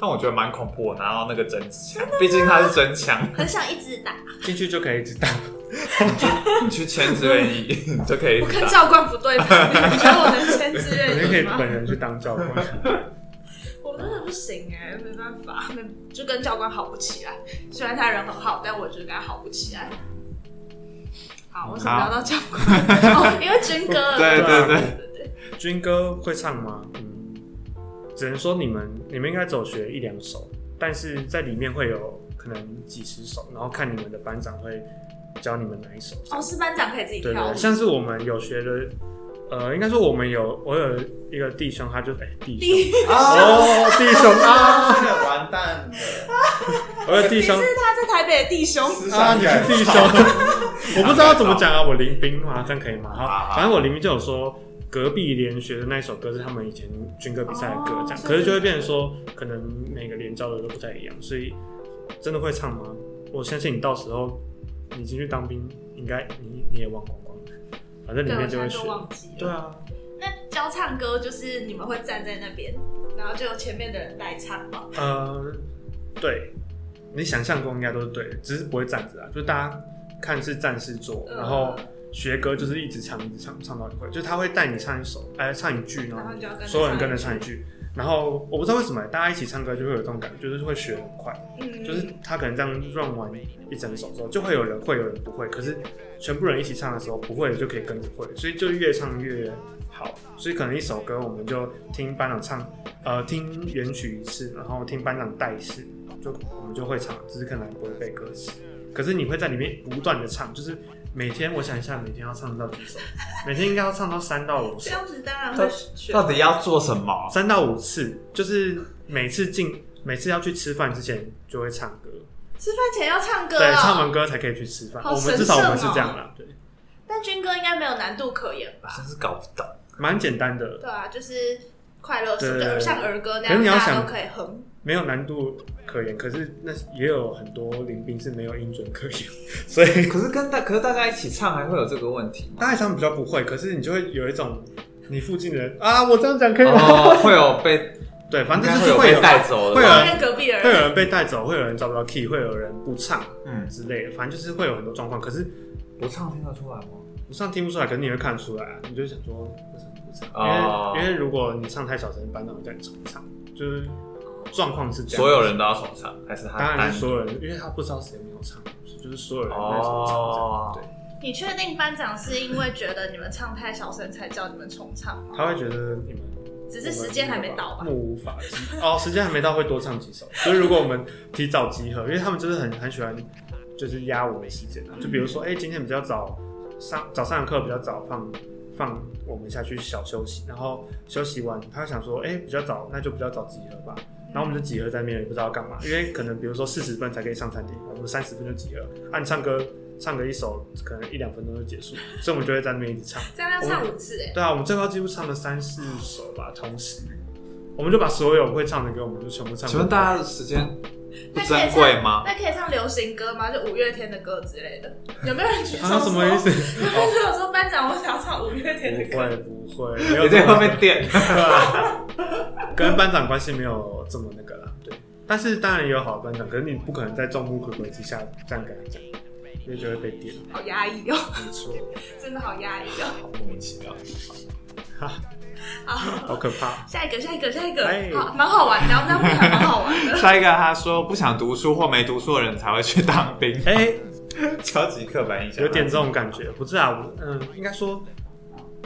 S5: 但我觉得蛮恐怖，拿到那个真枪，毕竟它是真枪，
S3: 很想一直打，
S2: 进去就可以一直打，
S5: 你去签志愿役你就可以
S3: 我跟
S5: 打。
S3: 教官不对盘，你觉得我能签 志
S2: 你就可
S3: 愿
S2: 以
S3: 役吗？
S2: 本人去当教官。
S3: 我真的不行哎、没办法，没就跟教官好不起来。虽然他人很好，但我就跟他好不起来。好，为什么聊到教官？哦，因为军歌了。
S5: 对对对，
S2: 军歌会唱吗？嗯，只能说你们你们应该只有学一两首，但是在里面会有可能几十首，然后看你们的班长会教你们哪一首。
S3: 哦，是班长可以自己
S2: 对对
S3: 挑
S2: 对，。像是我们有学的，呃，应该说我们有我有一个弟兄，他就哎、弟兄
S3: 第一
S1: 啊，
S2: 哦弟兄啊，
S1: 这个完蛋了，
S2: 我有弟兄
S3: 你是他在台北的弟兄，
S1: 思
S2: 啊，
S1: 想
S2: 你是
S1: 感
S2: 弟兄， 我不知道怎么讲啊，我林兵嘛，这样可以吗？好，反正我林兵就有说。隔壁联学的那一首歌是他们以前军歌比赛的歌，这样，
S3: 哦
S2: 可是就会变成说，可能每个连教的都不太一样，所以真的会唱吗？我相信你到时候你进去当兵，应该你你也忘光光，反正里
S3: 对，我
S2: 面
S3: 现
S2: 就
S3: 在
S2: 会
S3: 就
S2: 学。
S3: 忘记
S2: 对
S3: 了。
S2: 啊，
S3: 那教唱歌就是你们会站在那边，然后就有前面的人来唱嘛。
S2: 呃，对，你想象过应该都是对的，只是不会站着啊，就大家看是站是坐，
S3: 嗯
S2: 然后学歌就是一直唱一直唱唱到一块，就他会带你唱一首，哎、唱一句，然
S3: 然后你就要跟
S2: 后
S3: 着
S2: 所有人跟着
S3: 唱
S2: 唱一句。然后我不知道为什么大家一起唱歌就会有这种感觉，就是会学很快，
S3: 嗯，
S2: 就是他可能这样 run 完一整首之后，就会有人会，有人不会，可是全部人一起唱的时候，不会的就可以跟着会，所以就越唱越好。所以可能一首歌，我们就听班长唱，呃，听原曲一次，然后听班长带一次，就我们就会唱，只是可能不会背歌词。可是你会在里面不断的唱，就是每天我想一下，每天要唱到几首？每天应该要唱到三到五
S3: 这
S2: 首，
S3: 样子当然会 学。
S5: 到底要做什么？
S2: 三到五次，就是每次进每次要去吃饭之前就会唱歌。
S3: 吃饭前要唱歌
S2: 对，
S3: 哦
S2: 唱完歌才可以去吃饭。
S3: 好
S2: 我们至少我们是
S3: 神圣哦
S2: 这样啦，对，
S3: 但军歌应该没有难度可言吧？
S5: 真是搞不懂。
S2: 蛮简单的，
S3: 对啊，就是快乐是
S2: 对对对
S3: 像儿歌
S2: 可
S3: 那
S2: 是
S3: 样，
S2: 你要
S3: 大家
S2: 想
S3: 都可以哼。
S2: 没有难度可言。可是那也有很多林兵是没有音准可言， 所以
S5: 可是跟大，可是大家一起唱还会有这个问题吗？
S2: 大家唱比较不会，可是你就会有一种你附近的人啊，我这样讲可以吗？
S5: 哦，会有被，
S2: 对，反
S5: 应
S2: 正
S5: 该
S2: 就
S5: 会
S2: 是
S5: 有
S2: 会有
S5: 被带走
S2: 会
S5: 的吧。
S2: 有人
S3: 啊跟隔壁的
S2: 会有
S3: 人，
S2: 人被带走，会有人找不到 key，会有人不唱
S5: 嗯，
S2: 之类的，反正就是会有很多状况。可是
S5: 不唱听得出来吗？
S2: 不上听不出来，可是你会看出来啊，你就想说为什么不唱？
S5: 哦
S2: 因为因为如果你唱太小声，班长会叫你重唱，就是状况是这样。
S5: 所有人都要重唱，还是他
S2: 当然
S5: 单
S2: 是所有人，因为他不知道谁没有唱，就是所有人在唱
S5: 哦
S2: 这样，
S3: 你确定班长是因为觉得你们唱太小声才叫你们重唱吗？
S2: 对，他会觉得你们
S3: 只是时间还没到吧？
S2: 目无法及哦，时间还没到会多唱几首。所以如果我们提早集合，因为他们就是很很喜欢，就是压我们时间啊。就比如说，哎、今天比较早上早上的课比较早放放我们下去小休息，然后休息完，他想说，哎、比较早，那就比较早集合吧。然后我们就集合在那边，也不知道干嘛，因为可能比如说四十分才可以上餐厅，我们三十分就集合，按、你唱歌唱个一首，可能一两分钟就结束，所以我们就会在那边一直唱。
S3: 这样要唱五次哎、
S2: 对啊，我们最高几乎唱了三四首吧，同时，我们就把所有会唱的歌，我们就全部唱。
S5: 请问大家的时间不
S3: 那可以
S5: 珍
S3: 唱
S5: 贵吗？
S3: 那可以唱流行歌吗？就五月天的歌之类的，有没有人举手？
S2: 啊，什么意思？？哦
S3: 有没有说班 长，我想要唱五月
S2: 不
S3: 天的歌？
S2: 会不会，没有
S5: 你
S2: 这
S5: 在
S2: 么
S5: 后面点，
S2: 跟班长关系没有这么那个啦，对。但是当然也有好的班长，可是你不可能在众目睽睽之下这样跟他讲，因为就会被点。
S3: 好压抑哦，
S2: 没错，
S3: 真的好压抑哦。
S5: 莫名其妙。
S2: 好可怕。
S3: 下一个，下一个，下一个
S2: 哎，
S3: 好，蛮好玩的，我们当兵还蛮好玩的。
S5: 下一个他说不想读书或没读书的人才会去当兵，
S2: 哎、
S5: 超级刻板印象，
S2: 有点这种感觉，不是啊，我嗯，应该说，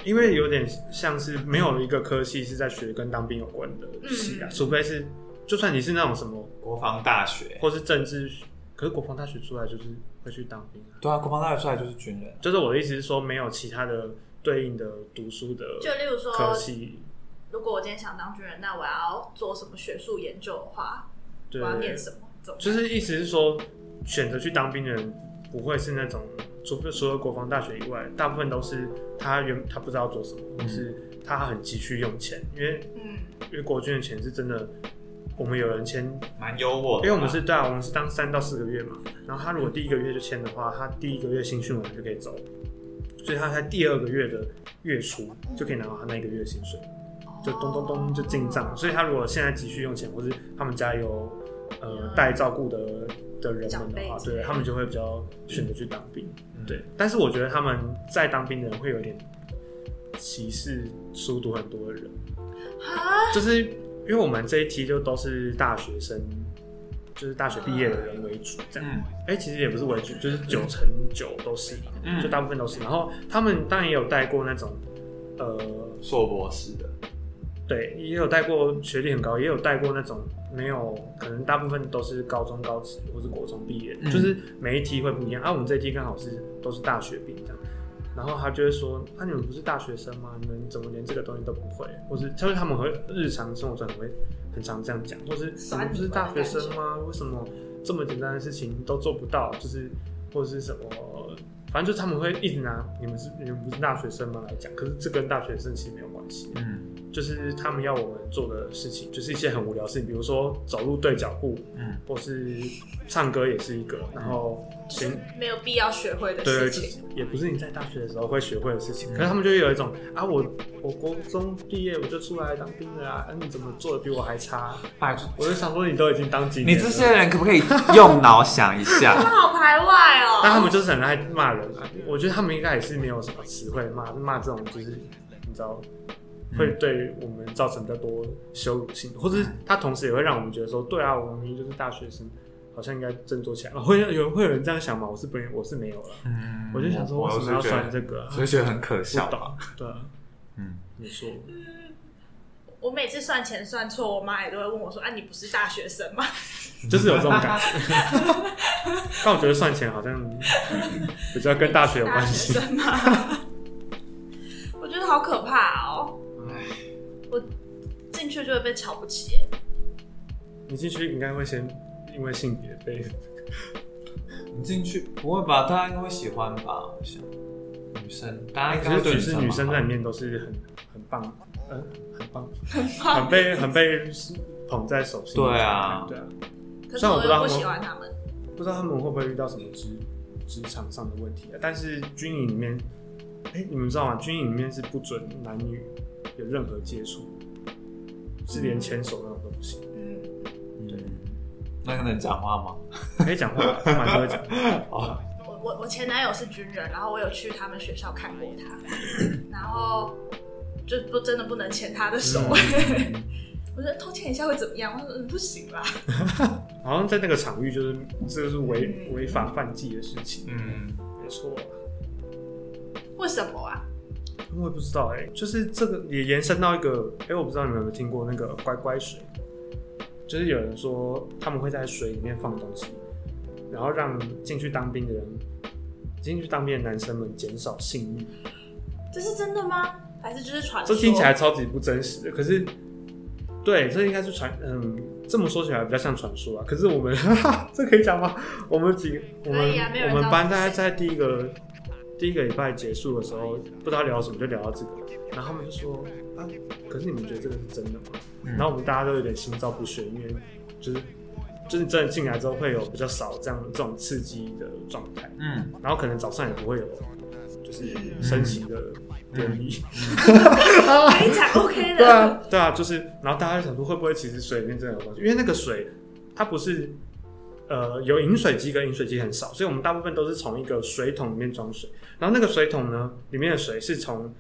S2: 因为有点像是没有一个科系是在学跟当兵有关的系啊，
S3: 嗯
S2: 除非是，就算你是那种什么，
S5: 国防大学。
S2: 或是政治，可是国防大学出来就是会去当兵啊，
S5: 对啊，国防大学出来就是军人。
S2: 就是我的意思是说，没有其他的对应的读书的
S3: 就例如说，
S2: 科系，
S3: 如果我今天想当军人，那我要做什么学术研究的话，我
S2: 对，
S3: 要念什么？怎么办
S2: 就是意思是说，选择去当兵的人不会是那种，除非除了国防大学以外，大部分都是他原他不知道做什么，或是他很急需用钱，因为。
S3: 嗯，
S2: 因为国军的钱是真的，我们有人签，
S5: 蛮优
S1: 哦
S5: 渥的，
S2: 因为我们是对啊，我们是当三到四个月嘛，然后他如果第一个月就签的话，他第一个月新训完就可以走，所以他在第二个月的月初就可以拿到他那一个月的薪水，就咚咚咚就进账。所以他如果现在急需用钱，或是他们家有呃带照顾的的人们的话
S3: 长辈，之
S2: 对
S3: 类的
S2: 他们就会比较选择去当兵。
S5: 嗯
S2: 对，但是我觉得他们在当兵的人会有点歧视书读很多的人。
S3: 啊，
S2: 就是因为我们这一期就都是大学生，就是大学毕业的人为主，这样。
S5: 嗯
S2: 哎、其实也不是为主，就是九成九都是，就
S5: 嗯，
S2: 大部分都是。然后他们当然也有带过那种，呃，
S5: 硕博士的，
S2: 对，也有带过学历很高，也有带过那种没有，可能大部分都是高中、高职或是国中毕业的，
S5: 嗯
S2: 就是每一梯会不一样。啊，我们这一梯刚好是都是大学毕业这样。然后他就会说：“那、你们不是大学生吗？你们怎么连这个东西都不会？”或是就是他们会日常生活中也会很常这样讲，或是你
S3: 酸
S2: 们
S3: 你
S2: 不是
S3: 们
S2: 大
S3: 的
S2: 学
S3: 感
S2: 生
S3: 觉
S2: 吗？为什么这么简单的事情都做不到？就是或者是什么，反正就是他们会一直拿你们是你们不是大学生吗来讲，可是这跟大学生其实没有关系。
S5: 嗯
S2: 就是他们要我们做的事情，就是一些很无聊的事情，比如说走路对脚步，
S5: 嗯，
S2: 或是唱歌也是一个，然后
S3: 就是
S2: 行。
S3: 没有必要学会的
S2: 对，
S3: 事
S2: 就是
S3: 情。
S2: 也不是你在大学的时候会学会的事情，
S5: 嗯
S2: 可是他们就会有一种啊，我我国中毕业我就出来当兵了啊，啊你怎么做的比我还差？
S5: 拜托，
S2: 我就想说你都已经当几
S5: 你
S2: 年了，
S5: 这些人可不可以用脑想一
S3: 他
S5: 下？
S3: 们好排外哦。
S2: 但他们就是很爱骂人啊。我觉得他们应该也是没有什么词汇骂骂这种，就是你知道，会对我们造成比较多羞辱
S5: 嗯
S2: 性，或者是他同时也会让我们觉得说，对啊，我们明明就是大学生，好像应该振作起来。会有会有人这样想吗？我是不，我是没有了。啊
S5: 嗯
S2: 我就想说，为什么要
S5: 我是觉
S2: 穿
S5: 得，
S2: 这个、啊？
S5: 我就觉得很可笑
S2: 不
S5: 吧。
S2: 懂。对啊，
S5: 嗯，
S2: 你说
S3: 我每次算钱算错，我妈也都会问我说：“啊，你不是大学生吗
S2: 就是有这种感觉。 但我觉得算钱好像比较 跟大学有？”关
S3: 大
S2: 系
S3: 学。生吗？ 我觉得好可怕哦！我进去就会被瞧不 起耶。
S2: 你进去应该会先因为性别被
S5: 你进去不会吧？大家应该会喜欢吧？我想，女生，大家应
S2: 其
S5: 该
S2: 实
S5: 会对
S2: 只哎是
S5: 吧
S2: 女生在里面都是很很棒，呃，很棒，很被很被捧在手心。
S5: 对啊
S2: 对啊，
S3: 可是
S2: 虽然我不
S3: 我
S2: 知道
S3: 又不
S2: 他们
S3: 喜欢他们，
S2: 不知道他们会不会遇到什么职职场上的问题啊？但是军营里面，哎、你们知道吗？军营里面是不准男女有任何接触，是连牵手那种都不行。
S3: 嗯，
S5: 对，那个能讲话吗？
S2: 可以讲话，他蛮会讲话。
S5: 哦，
S3: 我我我前男友是军人，然后我有去他们学校看过他，然后就不真的不能牵他的手。
S2: 嗯
S3: 我说偷牵一下会怎么样？他说、嗯、不行啦。
S2: 好像在那个场域，就是这是违违法犯纪的事情。
S5: 嗯，
S2: 没错。
S3: 为什么啊？
S2: 我也不知道哎、就是这个也延伸到一个，哎、我不知道你们有没有听过那个乖乖水，就是有人说他们会在水里面放东西，然后让进去当兵的人，进去当兵的男生们减少性欲，
S3: 这是真的吗？还是就是传
S2: 这
S3: 说？
S2: 听起来超级不真实的，可是。对，这应该是传，嗯，这么说起来比较像传说啊。可是我们， 哈哈，这可以讲吗？我们几个，我
S3: 可
S2: 们、
S3: 以啊没
S2: 我
S3: 有人
S2: 们
S3: 知道
S2: 班
S3: 是
S2: 大概
S3: 谁
S2: 在第一个第一个礼拜结束的时候，不知道聊什么就聊到这个，然后他们就说啊，可是你们觉得这个是真的吗？
S5: 嗯
S2: 然后我们大家都有点心照不宣，因为就是就是真的进来之后会有比较少这样这种刺激的状态，
S5: 嗯，
S2: 然后可能早上也不会有
S3: 嗯
S2: 就是升旗的
S5: 嗯
S2: 典礼。
S3: 可以讲 OK 的。
S2: 对啊，对啊，就是，然后大家就想说，会不会其实水里面真的有东西？因为那个水它不是，呃，有饮水机跟饮水机很少，所以我们大部分都是从一个水桶里面装水。然后那个水桶呢，里面的水是从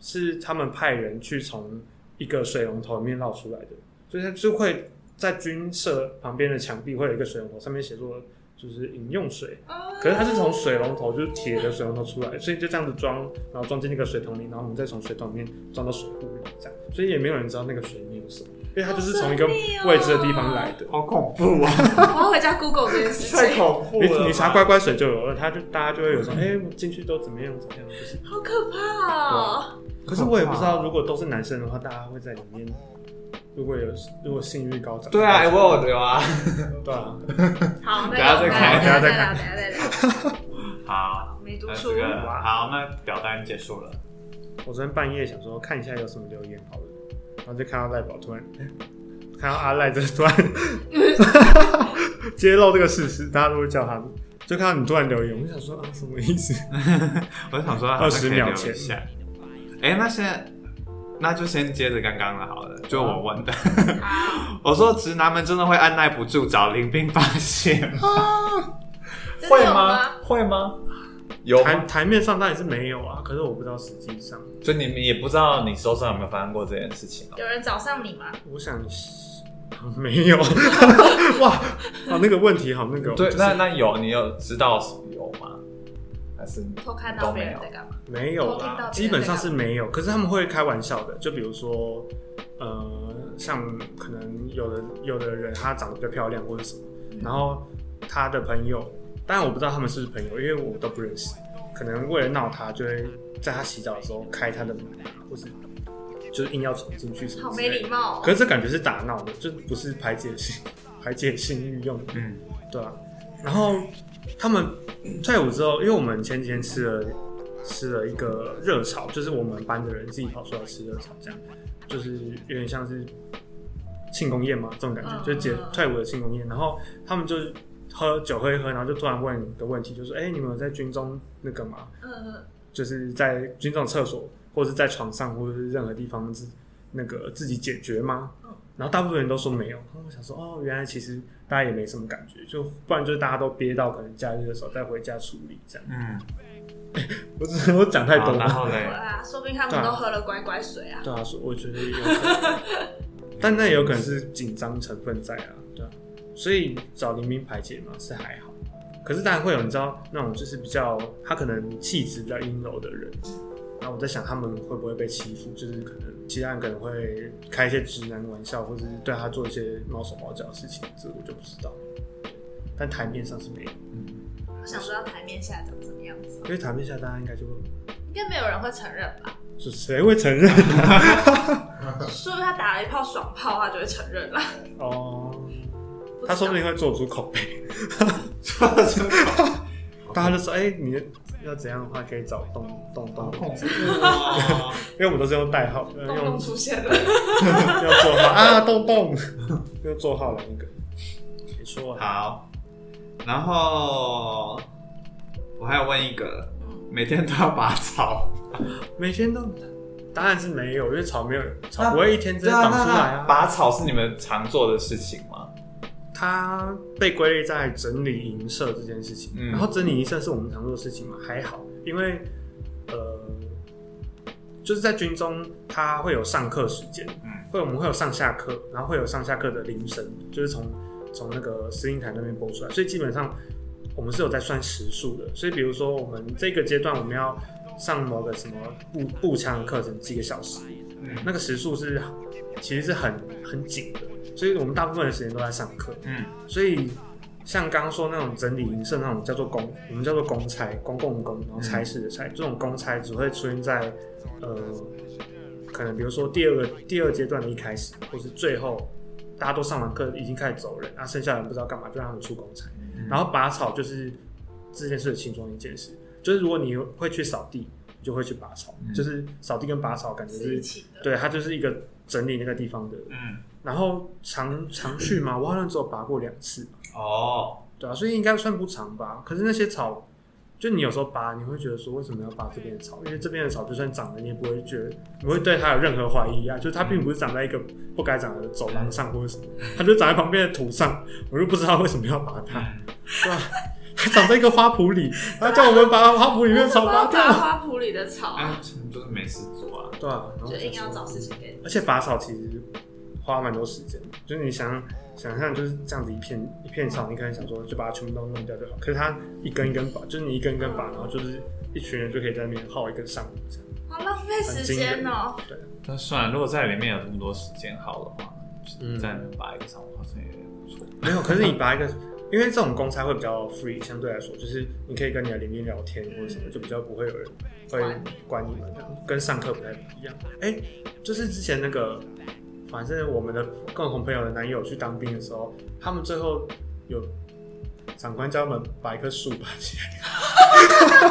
S2: 是他们派人去从一个水龙头里面捞出来的，所以它就会在军舍旁边的墙壁会有一个水龙头，上面写作就是饮用水。
S3: 哦
S2: 可是它是从水龙头，就是铁的水龙头出来，所以就这样子装，然后装进那个水桶里，然后我们再从水桶里面装到水壶里，这样，所以也没有人知道那个水里面有什么，因为它就是从一个
S3: 好神秘哦
S2: 未知的地方来的。
S5: 好恐怖啊！
S3: 我要回家 Google 这件事情，
S5: 恐
S1: 哎
S5: 怖
S2: 你你查乖乖水就有了，他就大家就会有说，哎、我进去都怎么样怎么样，就是。
S3: 好可怕哦！
S2: 可是我也不知道，如果都是男生的话，大家会在里面，如果有如果性欲高涨，
S5: 对 啊，哎，我有留啊。
S2: 对啊，
S3: 好，那
S5: 等下再看
S3: 等下
S2: 等
S3: 再
S2: 下
S3: 聊，等下再聊。
S5: 好，
S3: 没读
S5: 那
S3: 书啊
S5: 这，个好，那表单结束了。
S2: 我昨天半夜想说看一下有什么留言好了，然后就看到赖宝突然，哎看到阿赖这突然揭露这个事实，大家都会叫他，就看到你突然留言，我就想说啊什么意思？
S5: 我想说
S2: 20秒前
S5: 哎、诶那现在那就先接着刚刚的好了，就我问的。
S2: 啊
S5: 我说直男们真的会按耐不住找林兵发泄吗？
S3: 真的有？？
S5: 会吗？有吗
S2: 台台面上当然是没有啊，可是我不知道实际上，
S5: 就你们也不知道你手上有没有发生过这件事情啊？
S3: 有人找上你吗？
S2: 我想啊没有 哇，哦那个问题好那个哦，
S5: 对
S2: 就，是
S5: 那那有，你有知道有吗？还是
S3: 偷看到别人在干嘛？
S2: 没有
S3: 我听到别
S2: 啦，
S3: 人啊
S2: 基本上是没有。可是他们会开玩笑的，就比如说，呃，像可能有的有的人她长得比较漂亮或者
S3: 嗯
S2: 什么，然后她的朋友，当然我不知道他们是不是朋友，因为我都不认识。可能为了闹他，就会在他洗澡的时候开他的门，啊或是就是硬要走进去什么
S3: 好
S2: 之
S3: 没
S2: 类
S3: 礼
S2: 的。
S3: 貌哦
S2: 可。是这感觉是打闹的，就不是排解性 排解性欲用的。
S5: 嗯，
S2: 对啊，然后他们退伍之后，因为我们前几天吃了吃了一个热炒，就是我们班的人自己跑出来吃热炒，这样就是有点像是庆功宴嘛这种感觉，
S3: 嗯
S2: 就是解
S3: 嗯嗯
S2: 退伍的庆功宴。然后他们就是喝酒喝一喝，然后就突然问一个问题，就说：“哎、你们有在军中那个吗？
S3: 嗯，
S2: 就是在军种厕所，或者是在床上，或者是任何地方自那个自己解决吗
S3: 嗯？
S2: 然后大部分人都说没有。然后我想说，哦，原来其实大家也没什么感觉，就不然就是大家都憋到可能假日的时候再回家处理这样。
S5: 嗯，
S2: 我只我讲太
S5: 好
S2: 多
S5: 然
S2: 了，
S5: 后
S3: 对
S5: 嘞，
S3: 啊，说不定他们都喝了乖乖水啊。
S2: 对啊，所以我觉得有可能，但那也有可能是紧张成分在啊，对啊，所以找黎明排解嘛是还好，可是当然会有你知道那种就是比较他可能气质比较阴柔的人，然后我在想他们会不会被欺负，就是可能其他人可能会开一些直男玩笑，或者是对他做一些毛手毛脚的事情，这我就不知道。但台面上是没有，
S3: 我想知道台面下长什么样子，
S2: 因为台面下大家应该就会，
S3: 应该没有人会承认吧？
S2: 是谁会承认？
S3: 说不定他打了一炮爽炮，他就会承认了。
S2: 哦，
S3: 知道
S2: 他说不定会做出口碑。 大家就说：“哎、你要怎样的话可以找洞洞洞，因为我们都是用代号，呃、
S3: 东
S2: 用
S3: 东出 现了，
S2: 用座号啊，洞洞， 用座号来那个。”你说啊，
S5: 好，然后我还有问一个，
S3: 嗯
S5: 每天都要拔 草，
S2: 每天都当然是没有，因为草没有草不会一天之内长出来啊。
S5: 拔草是你们常做的事情吗？
S2: 它被归类在整理营舍这件事情。
S5: 嗯
S2: 然后整理营舍是我们常做的事情嘛，还好，因为呃，就是在军中它会有上课时间，
S5: 嗯
S2: 会我们会有上下课，然后会有上下课的铃声，就是从从那个司令台那边播出来，所以基本上我们是有在算时数的。所以比如说我们这个阶段我们要上某个什么步步枪课程几个小时，
S5: 嗯
S2: 那个时数是其实是很很紧的，所以我们大部分的时间都在上课。
S5: 嗯
S2: 所以像刚刚说那种整理营舍那种叫做公，我们叫做公差，公共的公，然后差事的差，这种公差只会出现在呃，可能比如说第二个第二阶段的一开始，或是最后大家都上完课已经开始走人，那、剩下的人不知道干嘛，就让他们出公差。
S3: 嗯
S2: 然后拔草就是这件事的其中一件事，就是如果你会去扫地，你就会去拔草，
S5: 嗯
S2: 就是扫地跟拔草感觉
S3: 是一
S2: 是，
S3: 起的。
S2: 对，它就是一个整理那个地方的。
S5: 嗯，
S2: 然后常常去嘛，我好像只有拔过两次。
S5: 哦，
S2: 对啊，所以应该算不长吧。可是那些草，就你有时候拔，你会觉得说为什么要拔这边的草？因为这边的草就算长了，你也不会觉得你会对它有任何怀疑啊。就是它并不是长在一个不该长的走廊上或者什么，它就长在旁边的土上，我就不知道为什么要拔它，对吧、它长在一个花圃里，它叫我们把花圃里面的草拔
S3: 拔拔
S2: 掉，
S3: 花圃里的草，
S5: 啊，就是没事做啊，
S2: 对啊，然后
S3: 就硬要
S2: 想说
S3: 找事情给你。
S2: 而且拔草其实花蛮多时间的，就是你想想象就是这样子一片一片草，你可能想说就把它全部都弄掉就好，可是它一根一根拔，就是你一根一根拔，然后就是一群人就可以在那边耗一个上午这样。
S3: 好浪费时间哦、
S5: 那算了，如果在里面有这么多时间好的话，
S2: 嗯
S5: 在里面拔一个草好像也不错。
S2: 没有，可是你拔一个，因为这种公差会比较 free，相对来说就是你可以跟你的邻居聊天或者什么，就比较不会有人会管你们这样，跟上课不太一样。哎、就是之前那个，反正我们的共同朋友的男友去当兵的时候，他们最后有长官叫他们把一棵树拔起来，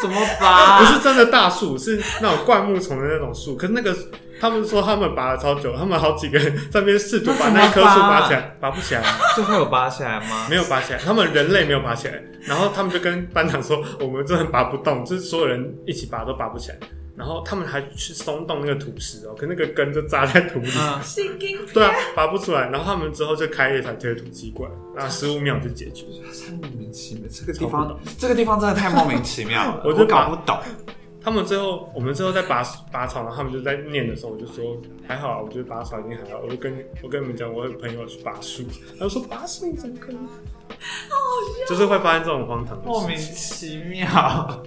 S5: 怎么拔
S2: 不是真的大树，是那种灌木丛的那种树。可是那个他们说他们拔了超久，他们好几个人在那边试图把那一棵树拔起来，拔不起来。
S5: 最后有拔起来吗？
S2: 没有拔起来，他们人类没有拔起来，然后他们就跟班长说，我们真的拔不动，就是所有人一起拔都拔不起来，然后他们还去松动那个土石哦，可那个根就扎在土里，
S5: 嗯，
S3: 心经病
S2: 对啊，拔不出来，然后他们之后就开一台推土机过来，然后十五秒就解决，
S5: 莫名其妙，这个
S2: 地
S5: 地
S2: 方，
S5: 方这个地方真的太莫名其妙了
S2: 我就
S5: 就
S2: 把
S5: 搞不懂。
S2: 他们最后我们最后在拔拔草，然后他们就在念的时候，我就说还好啊，我觉得拔草已经还好，我就跟我跟你们讲，我有朋友去拔树，他们说拔树怎么可 能？就是会发生这种荒唐的
S5: 啊莫
S2: 事
S5: 名
S2: 情。
S5: 其 妙，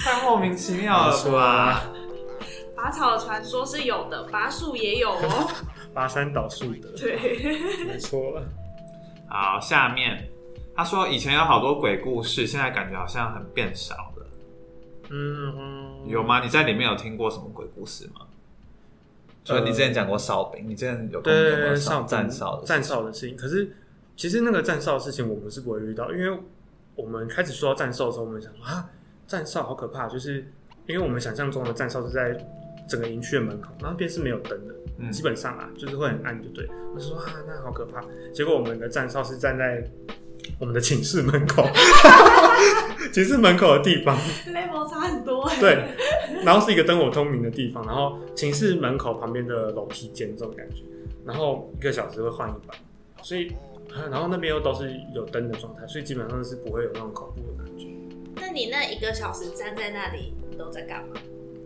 S5: 太莫名其妙了吧？
S3: 拔草的传说是有的，拔树也有哦、
S2: 拔山倒树的，
S3: 对，
S2: 没错。
S5: 好，下面他说以前有好多鬼故事，现在感觉好像很变少了。
S2: 嗯嗯，
S5: 有吗？你在里面有听过什么鬼故事吗？就你之前讲过哨兵，你之前有跟我们
S2: 对
S5: 讲
S2: 对对，
S5: 过
S2: 上
S5: 站哨的事
S2: 站哨的事情。可是其实那个站哨的事情，我们是不会遇到，因为我们开始说到站哨的时候，我们想说啊，站哨好可怕，就是因为我们想象中的站哨是在整个营区的门口，然后那边是没有灯的，
S5: 嗯
S2: 基本上啊就是会很暗，就对。我就说啊，那好可怕。结果我们的站哨是站在我们的寝室门口， 寝室门口的地方，
S3: level 差很多哎、
S2: 对，然后是一个灯火通明的地方，然后寝室门口旁边的楼梯间这种感觉，然后一个小时会换一班，所以啊然后那边又都是有灯的状态，所以基本上是不会有那种恐怖的感觉，
S3: 那你那一个小时站在那里，你都在干嘛？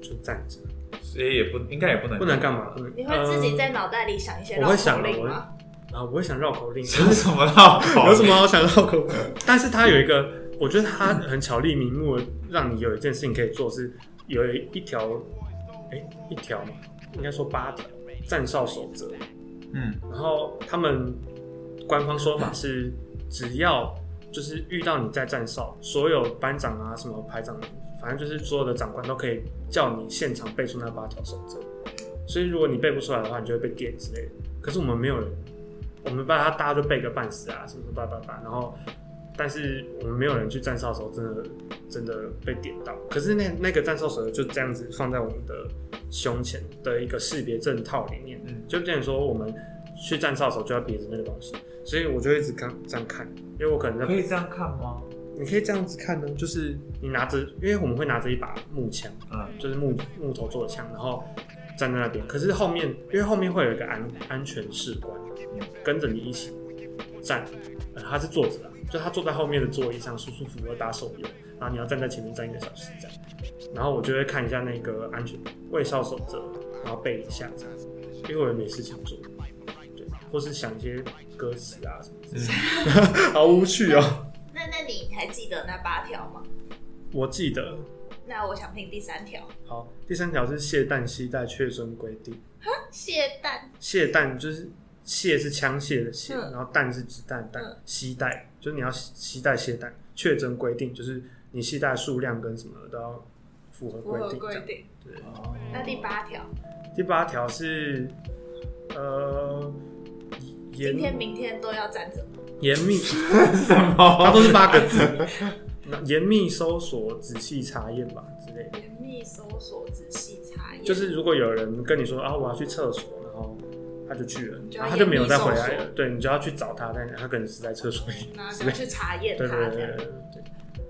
S2: 就站着
S5: 所以也不应该也不能
S2: 不能干嘛，不能。
S3: 你会自己在
S2: 呃
S3: 脑袋里想一些
S2: 我
S3: 绕
S2: 会
S3: 口
S2: 想
S3: 令
S2: 我会
S3: 吗？
S2: 啊，我会想绕口令，
S5: 想什么到
S2: 有什么好想绕口令？但是它有一个，我觉得它很巧立名目，让你有一件事情可以做，是有一一条，哎、一条嘛，应该说八条站哨守则。
S5: 嗯
S2: 然后他们官方说法是，只要就是遇到你在站哨，所有班长啊、什么排长，反正就是所有的长官都可以叫你现场背出那八条守则。所以如果你背不出来的话，你就会被电之类的。可是我们没有人，我们把他大家就背个半死啊，什么什么叭叭叭，然后。但是我们没有人去站哨的时候，真的真的被点到。可是那那个站哨守则就这样子放在我们的胸前的一个识别证套里面，
S5: 嗯
S2: 就变成说我们去站哨的时候就要别着那个东西，所以我就一直看这样看，因为我可能在
S5: 可以这样看吗？
S2: 你可以这样子看呢，就是你拿着，因为我们会拿着一把木枪，
S5: 嗯
S2: 就是木木头做的枪，然后站在那边。可是后面，因为后面会有一个安安全士官跟着你一起站，呃，他是坐着啊，就他坐在后面的座椅上，舒舒服服的打手游，然后你要站在前面站一个小时这样。然后我就会看一下那个安全卫哨守则，然后背一下这样，因为我也没事情做，对，或是想一些歌词啊什么之类 的，好无趣哦。
S3: 那那你还记得那八条吗？
S2: 我记得，
S3: 那我想听第三条，
S2: 好，第三条是卸弹携带确遵规定。
S3: 卸蛋
S2: 卸弹就是卸是枪械的卸，
S3: 嗯
S2: 然后弹是子弹的
S3: 嗯
S2: 弹，携带就是你要携带卸弹，确遵规定就是你携带数量跟什么都要符合
S3: 符
S2: 规
S3: 合
S2: 定这
S3: 规
S2: 样。
S3: 定。
S2: 对，哦
S3: 那第八条，
S2: 第八条是呃严
S3: 今天明天都要站着。
S2: 严密，
S5: 什
S2: 它
S5: 么？
S2: 都是八个字，那严密搜索、仔细查验吧之类的。
S3: 严密搜索，仔细查验。
S2: 就是如果有人跟你说啊，我要去厕所，然后他就去了，
S3: 就
S2: 然
S3: 要
S2: 后他就没有再回
S3: 严密
S2: 来
S3: 搜
S2: 了
S3: 索。
S2: 对你就要去找他，但他可能是在厕所里。
S3: 然后啊就要去查验
S2: 对
S3: 它，
S2: 对对
S3: 这
S2: 对
S3: 样。
S2: 对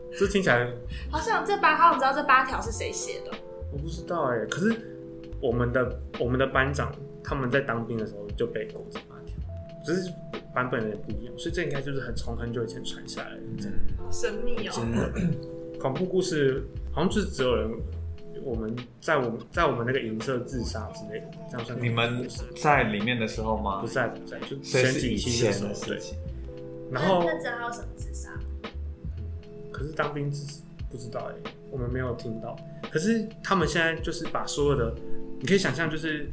S2: 对，这听起来
S3: 好像这八，好像知道这八条是谁写的。
S2: 我不知道哎、可是我们的我们的班长他们在当兵的时候就背过这八条，只是版本有点不一样，所以这应该就是很从很久以前传下来的。这样
S3: 好神秘哦、
S5: 真的
S2: 恐怖故事好像就是只有人。我们在我们在我们那个银社自杀之类的，这样算
S5: 你
S2: 恐怖
S5: 们
S2: 故事吗
S5: 在里面的时候吗
S2: 不？在不在，就
S5: 所以
S2: 前
S5: 是
S2: 几
S5: 以
S2: 期的
S5: 前
S2: 时候
S5: 的，事
S2: 对。
S5: 情。
S2: 然后
S3: 那，那知道什么自杀？
S2: 可是当兵只不知道哎、我们没有听到。可是他们现在就是把所有的，你可以想象就是，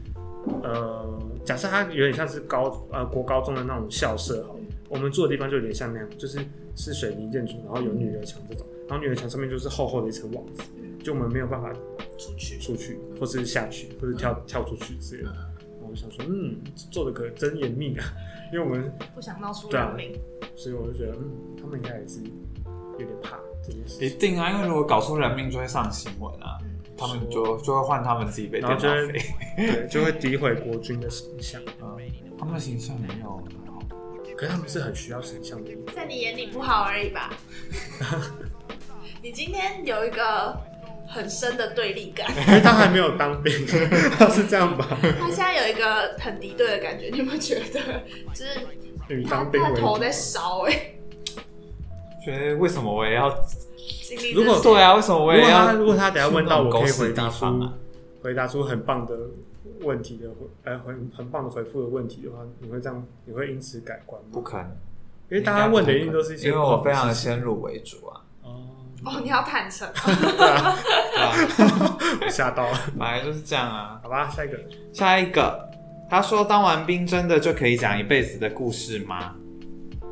S2: 呃，假设它有点像是高呃国高中的那种校舍好了，我们住的地方就有点像那样，就是是水泥建筑，然后有女儿墙这种，然后女儿墙上面就是厚厚的一层网子，就我们没有办法
S3: 出去。
S2: 出去，或是下去，或是
S5: 嗯
S2: 跳跳出去之类的。然后我想说，嗯，做的可真严密啊，因为我们
S3: 不想闹出
S2: 对啊
S3: 人命。
S2: 所以我就觉得，嗯，他们应该也是有点怕这件 事
S5: 一
S2: 情，
S5: 定啊，因为如果搞出人命就会上新闻啊，他们就就会换他们自己被电
S2: 然
S5: 脑
S2: 后就会
S5: 飞。
S2: 对，就会诋毁国军的形象。
S5: 嗯他们的形象没有很好，
S2: 可是他们是很需要形象的 一
S3: 在你眼里不好而已 吧。你今天有一个很深的对立感，
S2: 因为他还没有当兵， 他是这样吧？
S3: 他现在有一个很敌对的感觉，你有没有觉得？就是
S2: 以
S3: 他
S2: 当兵
S3: 他
S2: 为
S3: 头
S2: 主
S3: 在。烧哎、
S5: 觉得为什么我也要？
S3: 经历
S2: 如果
S3: 这
S5: 对啊，为什么我
S2: 如
S5: 也
S2: 果他
S5: 要？
S2: 如果他等下问到，我可以回答
S5: 地
S2: 出
S5: 方啊。
S2: 回答出很棒的问题的回，呃，很很棒的回复的问题的话，你会这样，你会因此改观
S5: 不
S2: 吗？
S5: 可能，
S2: 因为大家问的一定都是一些
S5: 因为我非常
S2: 不好
S5: 的
S2: 的事情
S5: 先入为主啊，
S2: 哦，
S3: 哦，你要坦诚，
S5: 对啊，
S2: 吓到了，
S5: 本来就是这样啊。
S2: 好吧，下一个
S5: 下一个，他说当完兵真的就可以讲一辈子的故事吗？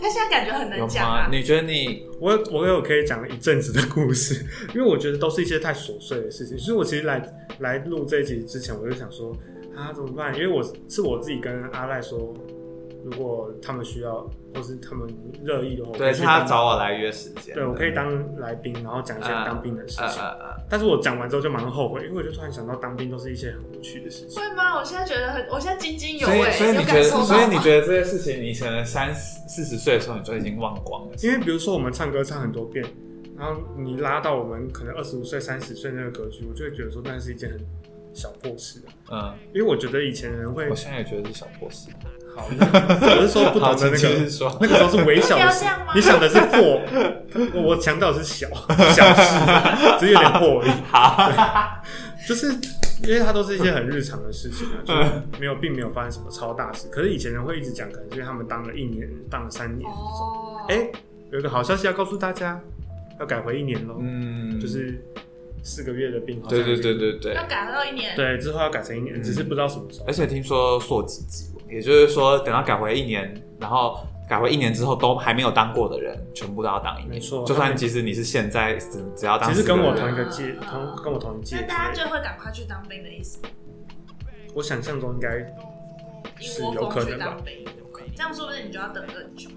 S3: 他现在感觉很能
S1: 有
S3: 讲
S1: 吗？
S3: 啊。
S1: 你觉得你
S2: 我我有可以讲一阵子的故事， 因为我觉得都是一些太琐碎的事情。所以我其实来来录这一集之前，我就想说啊怎么办？因为我是我自己跟阿赖说，如果他们需要或是他们乐意的话，我可
S5: 对，
S2: 以
S5: 是
S2: 去
S5: 他
S2: 当
S5: 找我来约时间。
S2: 对我可以当来宾，然后讲一些当兵的事
S5: 呃
S2: 情。
S5: 呃呃，
S2: 但是我讲完之后就蛮后悔，因为我就突然想到当兵都是一些很无趣的事情。
S3: 会吗？我现在觉得很，我现在津津有
S5: 所以
S3: 味，
S5: 所以
S3: 有
S5: 你觉
S3: 感
S5: 得，
S3: 受到吗
S5: 所以你觉得这些事情，你可能三四十岁的时候你就已经忘光了。
S2: 因为比如说我们唱歌唱很多遍，然后你拉到我们可能二十五岁、三十岁那个格局，我就会觉得说那是一件很小破事啊、
S5: 嗯，
S2: 因为我觉得以前 人会
S5: 我现在也觉得是小博士。
S2: 好，我是说不
S5: 好，
S2: 懂的
S5: 请
S2: 那
S5: 继
S2: 个
S5: 续，说。
S2: 那个时候是微小
S3: 不
S2: 的
S3: 要
S2: 事
S3: 这样吗，
S2: 你想的是破，我我强调的是小 小 事，啊只是有点破而已。对就是因为它都是一些很日常的事情啊，
S5: 嗯
S2: 就没有并没有发生什么超大事。可是以前人会一直讲，可能就是他们当了一年、当了三年，
S3: 哦，
S2: 哎、有一个好消息要告诉大家，要改回一年喽，
S5: 嗯，
S2: 就是四个月的病。
S5: 对对对对对嗯
S3: 要。改到一年，
S2: 对，之后要改成一年，只是不知道什么时候
S5: 而。且听说硕几级，也就是说等到改回一年，然后改回一年之后都还没有当过的人，全部都要当一年。
S2: 没错
S5: 就算即使你是现在只只要当
S2: 其
S5: 四
S2: 实
S5: 个月，
S2: 跟我同一个届，同跟我同一届
S3: 那
S2: 之
S3: 大家
S2: 类的，
S3: 就会赶快去当兵的意思，
S2: 我想象中应该
S3: 一
S2: 是
S3: 窝
S2: 有可
S3: 蜂去
S2: 能吧
S3: 当兵，这样说不定你就要等更久。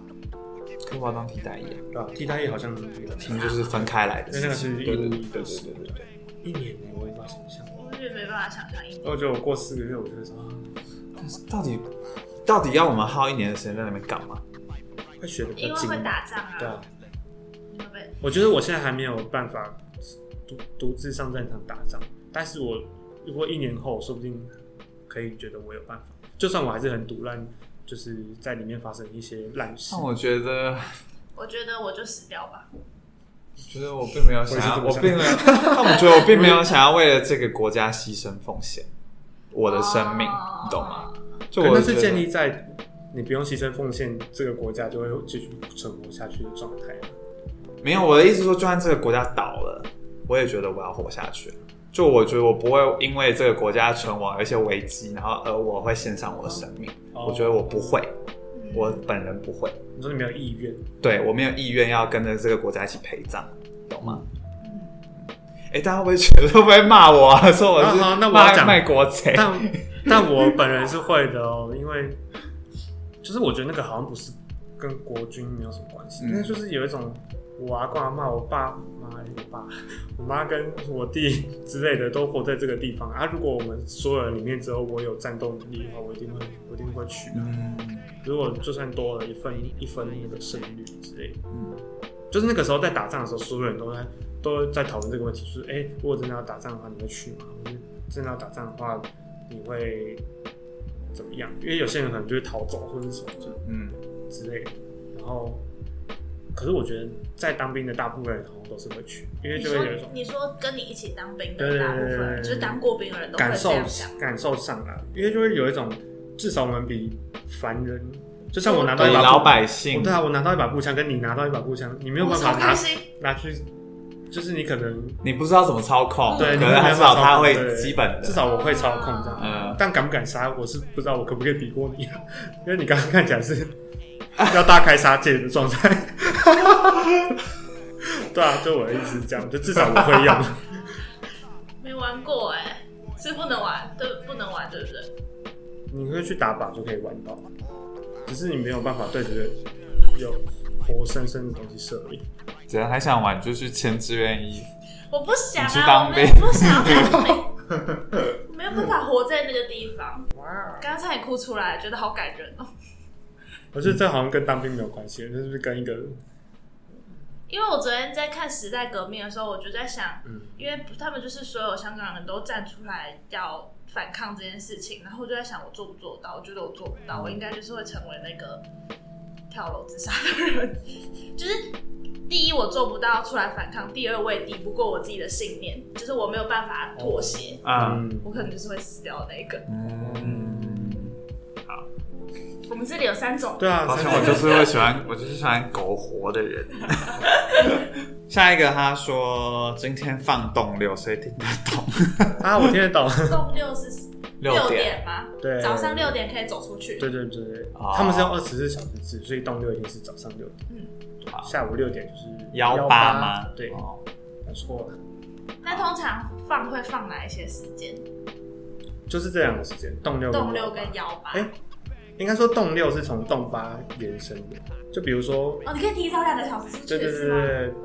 S5: 可以把我当替代役啊，
S2: 对吧？替代役好像有
S5: 那就是分开来的
S2: 那那
S5: 事
S2: 个
S5: 情。对
S2: 是
S5: 对
S2: 义务
S5: 对对
S2: 役的
S5: 对对对。
S2: 一年内，我无法想象。
S3: 我也没办法想象一年。
S2: 我觉得我过四个月，我就会说啊
S5: 但是到底到底要我们耗一年的时间在那边干嘛？
S2: 会学的比
S3: 因
S2: 较
S3: 为
S2: 精
S3: 会。打仗啊，
S2: 对啊，
S3: 你会被
S2: 我觉得我现在还没有办法独独自上战场打仗，但是我如果一年后，说不定可以觉得我有办法。就算我还是很独烂，就是在里面发生一些烂事
S5: 但，哦我觉得，
S3: 我觉得我就死掉吧。
S5: 觉得我并没有想要，我并没有，但我觉得我并没有想要为了这个国家牺牲奉献我的生命，
S3: 哦
S5: 你懂吗？？就
S2: 可
S5: 我
S2: 那是
S5: 觉得
S2: 建立在你不用牺牲奉献，这个国家就会继续存活下去的状态。
S5: 没有，我的意思说，就算这个国家倒了，我也觉得我要活下去。就我觉得我不会因为这个国家存亡有一些危机，然后而我会献上我的生命。我觉得我不会，
S3: 嗯
S5: 我本人不会，
S2: 哦你说你没有意愿，
S5: 对我没有意愿要跟着这个国家一起陪葬，懂吗？
S3: 嗯
S5: 哎、大家会不会觉得会不会骂我啊？说我是
S2: 啊好那我要
S5: 卖
S2: 讲
S5: 卖国贼？
S2: 但但我本人是会的哦，因为就是我觉得那个好像不是跟国军没有什么关系，
S5: 嗯
S2: 但是就是有一种我阿公阿妈、我爸妈、我爸、我妈跟我弟之类的都活在这个地方啊。如果我们所有人里面只有我有战斗能力的话，我一定会我一定会去。
S5: 嗯
S2: 如果就算多了一分一分那个胜率之类的，
S5: 嗯
S2: 就是那个时候在打仗的时候，所有人都在都在讨论这个问题，就是哎、诶如果真的要打仗的话，你会去吗？或是真的要打仗的话，你会怎么样？因为有些人可能就会逃走或者什么就
S5: 嗯，
S2: 之类的。然后，可是我觉得在当兵的大部分人好像都是会去，因为
S3: 你
S2: 就会
S3: 说
S2: 有一种
S3: 你说跟你一起当兵
S2: 对
S3: 的大部
S2: 对
S3: 分
S2: 对对
S3: 人，就是当过兵的人都会
S2: 感受
S3: 这样想。
S2: 感受上来，因为就会有一种至少我们比凡人，就像我拿到一
S5: 对
S2: 把
S5: 老
S2: 步
S5: 百
S2: 我
S5: 姓
S2: 对，啊，我拿到一把步枪，跟你拿到一把步枪，你没有
S3: 我
S2: 办法
S3: 超开
S2: 拿
S3: 心，
S2: 拿去，就是你可能
S5: 你不知道怎么操控，
S2: 对，
S5: 可
S2: 你没
S5: 能
S2: 有
S5: 很
S2: 办
S5: 少
S2: 法
S5: 他
S2: 操控
S5: 会
S2: 对
S5: 基本的，
S2: 至少我会操控这样。
S5: 嗯
S2: 但敢不敢杀，我是不知道我可不可以比过你，啊因为你刚刚看起来是要大开杀戒的状态。对啊，就我的意思是这样，就至少我会用。
S3: 没玩过哎，是不能玩，对，不能玩，对不对？
S2: 你会去打靶就可以玩到，只是你没有办法对着有活生生的东西射影。
S5: 只要还想玩就去签志愿役。
S3: 我不想
S5: 你去
S3: 啊，
S5: 当
S3: 我没有
S5: 兵
S3: 不想要当兵， 没有办法活在那个地方。刚才也哭出来，觉得好感人哦。
S2: 我觉得这好像跟当兵没有关系，就是跟一个
S3: 因为我昨天在看《时代革命》的时候，我就在想，
S2: 嗯
S3: 因为他们就是所有香港人都站出来要反抗这件事情，然后我就在想，我做不做到？我觉得我做不到，
S2: 嗯
S3: 我应该就是会成为那个跳楼自杀的人。 就是第一，我做不到出来反抗；第二，我也敌不过我自己的信念，就是我没有办法妥协，
S5: 啊，
S2: 嗯
S3: 我可能就是会死掉的那一个。
S5: 嗯，嗯
S3: 我们这里有三种，
S2: 对啊，
S5: 抱歉，
S2: 三个
S5: 我就是会喜欢，我就是喜欢苟活的人。 下一个，他说今天放动流，谁听得懂？
S2: 啊，我听得懂。
S3: 动六是
S5: 六点，
S3: 点吗？
S2: 对，
S3: 早上六点可以走出去。
S2: 对对对对
S5: 哦，
S2: 他们是用二十四小时制，所以到六一定是早上六点，
S3: 嗯
S2: 对
S5: 好
S2: 下午六点就是
S5: 幺八
S2: 八
S5: 吗？
S2: 对，
S5: 哦
S2: 没错，
S3: 那通常放会放哪一些时间？
S2: 就是这两个时间，动六
S3: 动
S2: 六
S3: 六跟幺八。
S2: 哎应该说动六是从动八延伸的，就比如说。
S3: 哦，你可以提早两个小时出
S2: 对
S3: 去
S2: 对对
S3: 是吗？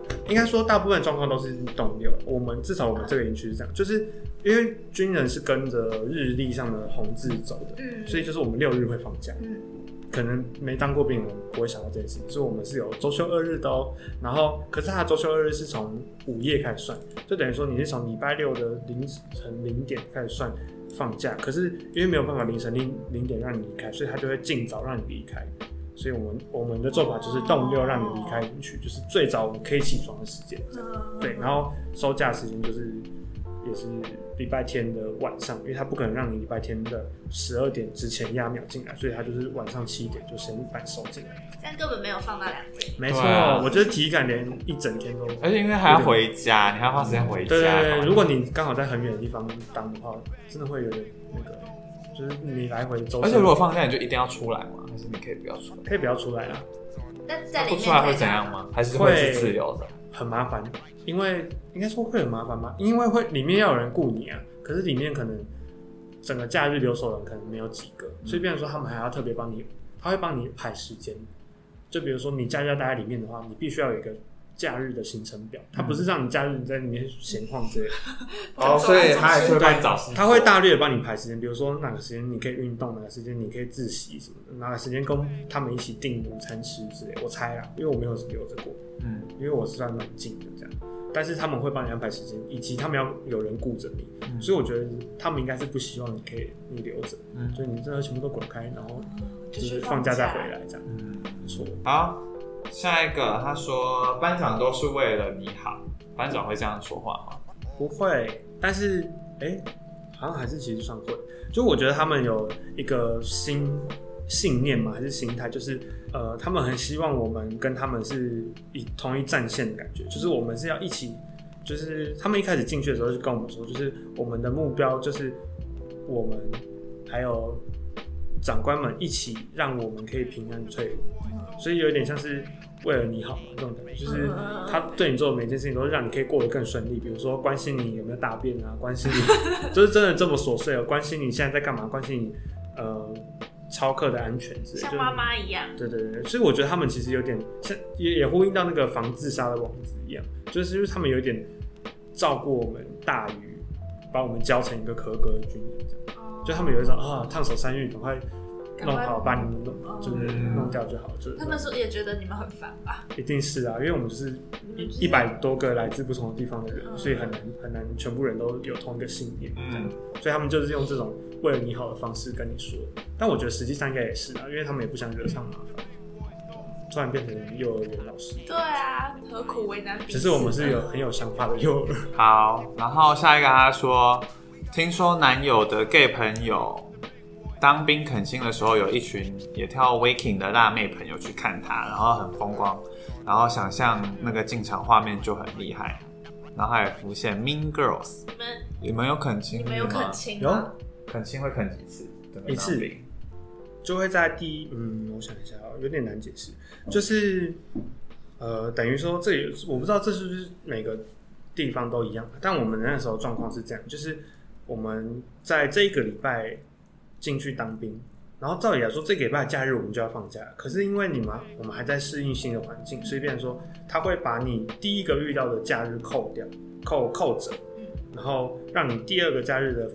S2: 对，应该说大部分状况都是动六。我们至少我们这个营区是这样，就是因为军人是跟着日历上的红字走的，
S3: 嗯，
S2: 所以就是我们六日会放假。
S3: 嗯，
S2: 可能没当过兵的人不会想到这件事，所以我们是有周休二日的哦。然后，可是他的周休二日是从午夜开始算，就等于说你是从礼拜六的凌晨零点开始算放假。可是因为没有办法凌晨零零点让你离开，所以他就会尽早让你离开。所以我们我们的做法就是动六让你离开营区，就是最早我们可以起床的时间。
S3: 嗯
S2: 对，然后收假时间就是也是礼拜天的晚上，因为他不可能让你礼拜天的十二点之前压秒进来，所以他就是晚上七点就先把你收进来。
S3: 但根本没有放到两天。
S2: 没错，
S5: 对啊
S2: 我觉得体感连一整天都。
S5: 而且因为还要回家，你还要花时间回家。
S2: 对对
S5: 干
S2: 对，
S5: 嘛
S2: 如果你刚好在很远的地方当的话，真的会有点那个，就是你来回周身。
S5: 而且如果放假，你就一定要出来吗？还是你可以不要出来？
S2: 可以不要出来啦，
S3: 那在里
S5: 不
S3: 面
S2: 啊
S5: 出来
S3: 啊可以
S5: 会怎
S3: 干
S5: 样
S3: 嘛？
S5: 吗？还是会是自由的？
S2: 很麻烦，因为应该说会很麻烦吗？因为会里面要有人雇你啊，可是里面可能整个假日留守人可能没有几个，所以变成说他们还要特别帮你，他会帮你排时间。就比如说你假日要待在里面的话，你必须要有一个假日的行程表，他不是让你假日你在里面闲晃之类的，
S5: 哦，所以他还是会帮你找事。
S2: 他会大略帮你排时间，比如说哪个时间你可以运动，哪个时间你可以自习什么的，哪个时间跟他们一起订午餐吃之类的。我猜啦，因为我没有留着过。
S5: 嗯，
S2: 因为我是算蛮近的这样，但是他们会帮你安排时间，以及他们要有人顾着你，
S5: 嗯
S2: 所以我觉得他们应该是不希望你可以你留着，
S5: 嗯
S2: 所以你真的全部都滚开，然后就
S3: 哦就是是
S2: 放
S3: 放
S2: 假再
S3: 假
S2: 回来这样，
S5: 嗯，
S2: 没错，
S5: 好，下一个他说班长都是为了你好，班长会这样说话吗？
S2: 不会，但是哎、诶好像还是其实算会，就我觉得他们有一个心信念嘛，还是心态，就是呃，他们很希望我们跟他们是一同一战线的感觉，就是我们是要一起，就是他们一开始进去的时候就跟我们说，就是我们的目标就是我们还有长官们一起让我们可以平安退伍，所以有点像是为了你好嘛这种感觉，
S3: 嗯
S2: 就是他对你做的每件事情都是让你可以过得更顺利，比如说关心你有没有大便啊，关心 你就是真的这么琐碎哦，关心你现在在干嘛，关心你呃操课的安全之类，
S3: 像
S2: 就是
S3: 妈妈一样，
S2: 对对对，所以我觉得他们其实有点像，也也呼应到那个防自杀的网子一样，就是就是他们有点照顾我们大于把我们教成一个合格的军人这样，
S3: 哦
S2: 就他们有一种啊烫手山芋，赶快弄好，把你们弄就是
S5: 嗯
S2: 弄掉就好，就是
S3: 他们说也觉得你们很烦吧？
S2: 一定是啊，因为我们就是
S3: 你们就是
S2: 一一百多个来自不同的地方的人，
S3: 嗯
S2: 所以很难很难全部人都有同一个信念，这样
S5: 嗯，
S2: 所以他们就是用这种为了你好的方式跟你说。但我觉得实际上应该也是啊，因为他们也不想惹上麻烦，突然变成幼儿园老师。
S3: 对啊，何苦为难彼此？
S2: 只是我们是有很有想法的幼儿，
S5: 好，然后下一个他说，听说男友的 gay 朋友当兵恳亲的时候，有一群也跳 waking 的辣妹朋友去看他，然后很风光，然后想象那个进场画面就很厉害，然后还有浮现 Mean Girls，
S3: 你们
S5: 你们有恳
S3: 你
S5: 亲
S3: 们有
S5: 吗
S3: 恳？亲
S2: 有
S3: 吗？
S5: 恳亲会恳几次？对
S2: 一次
S5: 当兵
S2: 就会在第一，嗯，我想一下哦，有点难解释，就是呃，等于说这也我不知道这是不是每个地方都一样，但我们那时候状况是这样，就是我们在这一个礼拜进去当兵，然后照理来说这个礼拜假日我们就要放假了，可是因为你们我们还在适应新的环境，所以变成说他会把你第一个遇到的假日扣掉，扣扣折，然后让你第二个假日的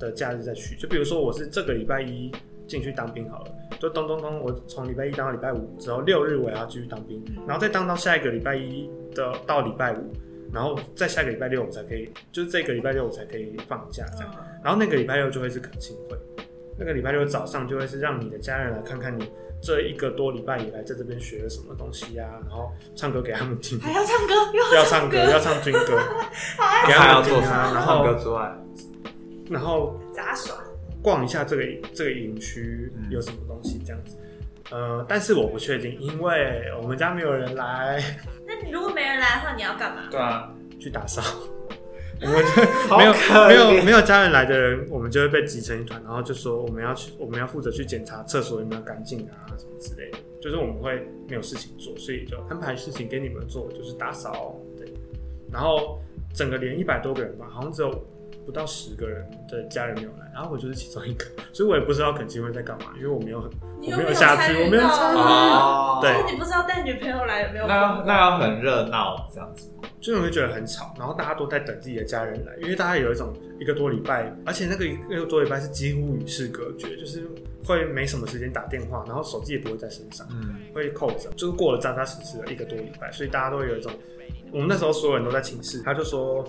S2: 的假日再去。就比如说我是这个礼拜一进去当兵好了，就咚咚咚，我从礼拜一当到礼拜五，之后六日我也要继续当兵，然后再当到下一个礼拜一的到礼拜五，然后再下个礼拜六我才可以，就是这个礼拜六我才可以放假这样。
S3: 嗯
S2: 然后那个礼拜六就会是恳亲会，那个礼拜六早上就会是让你的家人来看看你。这一个多礼拜以来，在这边学了什么东西啊？然后唱歌给他们听，
S3: 还要唱歌，又
S2: 要唱歌，要唱军歌，给
S5: 他
S2: 他
S5: 要
S2: 们听
S5: 做什
S2: 啊。
S5: 么？
S2: 然
S5: 唱歌
S2: 后，
S5: 之外，
S2: 然后
S3: 杂耍，
S2: 逛一下这个这个营区
S5: 嗯
S2: 有什么东西这样子。呃，但是我不确定，因为我们家没有人来
S3: 那你如果没人来的话，你要干嘛？
S5: 对啊，
S2: 去打扫，我们就没有 没有没有家人来的人，我们就会被挤成一团，然后就说我们要去，我们要负责去检查厕所有没有干净啊，什么之类的。就是我们会没有事情做，所以就安排事情给你们做，就是打扫。对，然后整个连一百多个人吧，好像只有不到十个人的家人没有来，然后我就是其中一个，所以我也不知道恳亲会在干嘛，因为我没有
S3: 你
S2: 我没
S3: 又没
S2: 有
S3: 有
S2: 下去，
S3: 参与
S2: 我没有
S3: 到
S2: 参与，
S5: 哦
S2: 对
S3: 所以你不知道带女朋友来有没有
S1: 那要
S3: 疯
S1: 那
S3: 过？
S1: 要很热闹这样子。
S2: 就你会觉得很吵，然后大家都在等自己的家人来，因为大家有一种一个多礼拜，而且那个一个多礼拜是几乎与世隔绝，就是会没什么时间打电话，然后手机也不会在身上，
S1: 嗯，
S2: 会扣着，就是过了扎扎实实的一个多礼拜，所以大家都会有一种，我们那时候所有人都在寝室，他就说。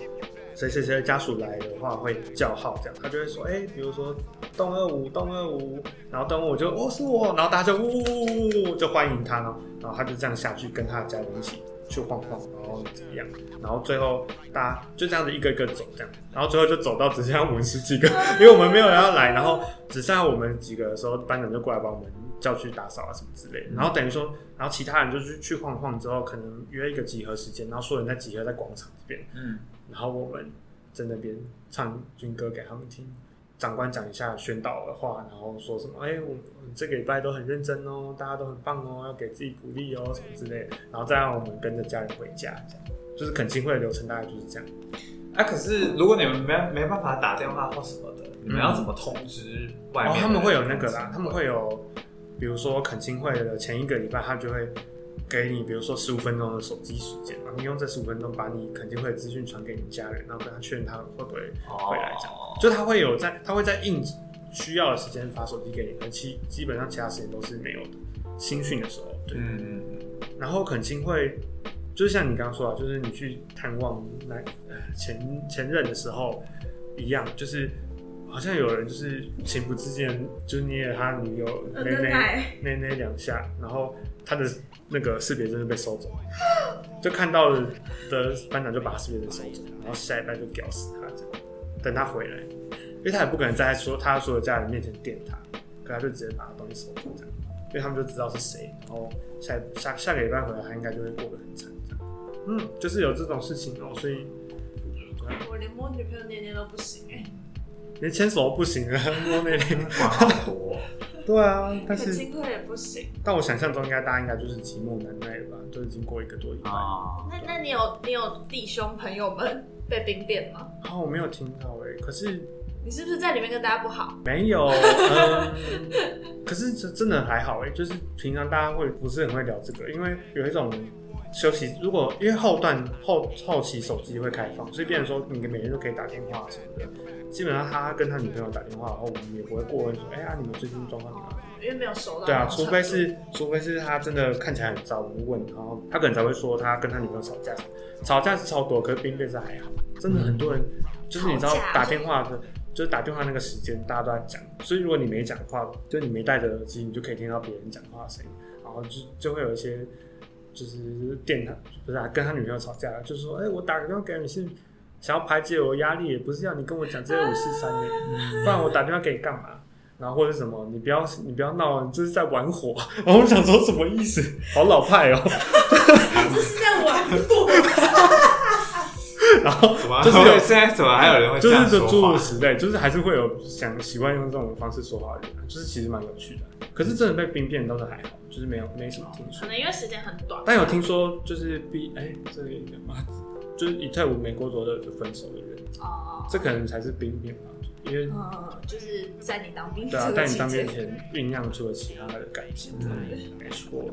S2: 谁谁谁的家属来的话会叫号，这样他就会说，哎、比如说动二五动二五，然后动我就哦是我，然后大家就呜呜呜呜就欢迎他，然后然后他就这样下去跟他的家人一起去晃晃，然后怎么样，然后最后大家就这样子一个一个走这样，然后最后就走到只剩下我们十几个，因为我们没有人要来，然后只剩下我们几个的时候，班长就过来把我们叫去打扫啊什么之类的，然后等于说，然后其他人就是去晃晃之后，可能约一个集合时间，然后所有人在集合在广场这边，
S1: 嗯，
S2: 然后我们在那边唱军歌给他们听，长官讲一下宣导的话，然后说什么，哎、我我们这个礼拜都很认真哦，大家都很棒哦，要给自己鼓励哦，什么之类的，然后再让我们跟着家人回家，这样就是恳亲会的流程大概就是这样。
S1: 啊，可是如果你们没没办法打电话或什么的，你们要怎么通知外
S2: 嗯哦
S1: 面的人、，
S2: 他们会有那个啦，他们会有，比如说恳亲会的前一个礼拜，他就会给你，比如说十五分钟的手机时间，然后你用这十五分钟把你恳亲会的资讯传给你家人，然后跟他确认他会不会，
S1: 哦
S2: 会来讲就他会有在，他会在应急需要的时间发手机给你，但其基本上其他时间都是没有的。新训的时候，对，
S1: 嗯嗯
S2: 然后恳亲会，就是像你刚刚说啊，就是你去探望那呃前前任的时候一样，就是好像有人就是情不自禁地就捏了他女友
S3: 呃
S2: 奶
S3: 奶
S2: 奶
S3: 奶
S2: 奶奶两下，然后他的那个识别证就被收走，就看到的的班长就把他识别证收走，然后下一代就屌死他这样，等他回来，因为他也不可能在说他所有家人面前电他，可他就直接把他东西收走这样。因为他们就知道是谁，然后下下下个礼拜回来，他应该就会过得很惨这样。嗯，就是有这种事情哦、所以
S3: 我连摸女朋友捏捏都不行哎、
S2: 连牵手都不行啊，摸那里。
S1: 嗯，管好多。
S2: 对啊，但
S3: 恳
S2: 是
S3: 亲会也不行。
S2: 但我想象中应该大家应该就是寂寞难耐了吧，都已经过一个多礼拜。啊、
S5: 啊，
S3: 那那你有你有弟兄朋友们被兵变吗？
S2: 我没有听到哎、可是
S3: 你是不是在里面跟大家不好？
S2: 没有，嗯，可是这真的还好哎、就是平常大家会不是很会聊这个，因为有一种休息，如果因为后段后后期手机会开放，所以变成说你每天都可以打电话什么的。基本上他跟他女朋友打电话，然后我们也不会过问说，哎、呀、你们最近状况怎么样？
S3: 因为没有熟到
S2: 对啊，
S3: 那
S2: 除
S3: 种程度
S2: 非 是除非是他真的看起来很糟，我们问，然后他可能才会说他跟他女朋友吵架，吵架是超多，可是兵变是还好。真的很多人就是你知道
S3: 吵架
S2: 打电话的，就是打电话那个时间大家都在讲，所以如果你没讲话，就是你没戴着耳机，你就可以听到别人讲话的声音，然后就就会有一些就是电他不是啊，跟他女朋友吵架，就是说哎、我打个电话给你是。想要排解我压力，也不是要你跟我讲这些五四三的，
S1: 嗯
S2: 不然我打电话给你干嘛？然后或者什么，你不要你不要闹，你这是在玩火。 然后我想说什么意思？好老派哦。
S3: 这是在玩火，
S2: 然后
S5: 嗯
S1: 怎么？
S2: 就
S1: 就是是
S2: 有
S1: 现在怎么哦还有人会
S2: 就
S1: 这样
S2: 是就
S1: 说
S2: 诸如
S1: 话？
S2: 此类，就是还是会有想习惯用这种方式说话的人啊，就是其实蛮有趣的。可是真的被兵变倒是还好，就是没有没什么听
S3: 可
S2: 说。
S3: 能因为时间很短。
S2: 但有听说就是毕哎、这里有吗？就是一退伍没过多久就分手的人，
S3: 哦，
S2: 这可能才是兵变吧，因为
S3: 嗯，就是在你当兵
S2: 对啊
S3: 这，个
S2: 在你
S3: 期
S2: 当兵
S3: 间
S2: 前酝酿出了其他的感情，
S5: 嗯
S2: 没错。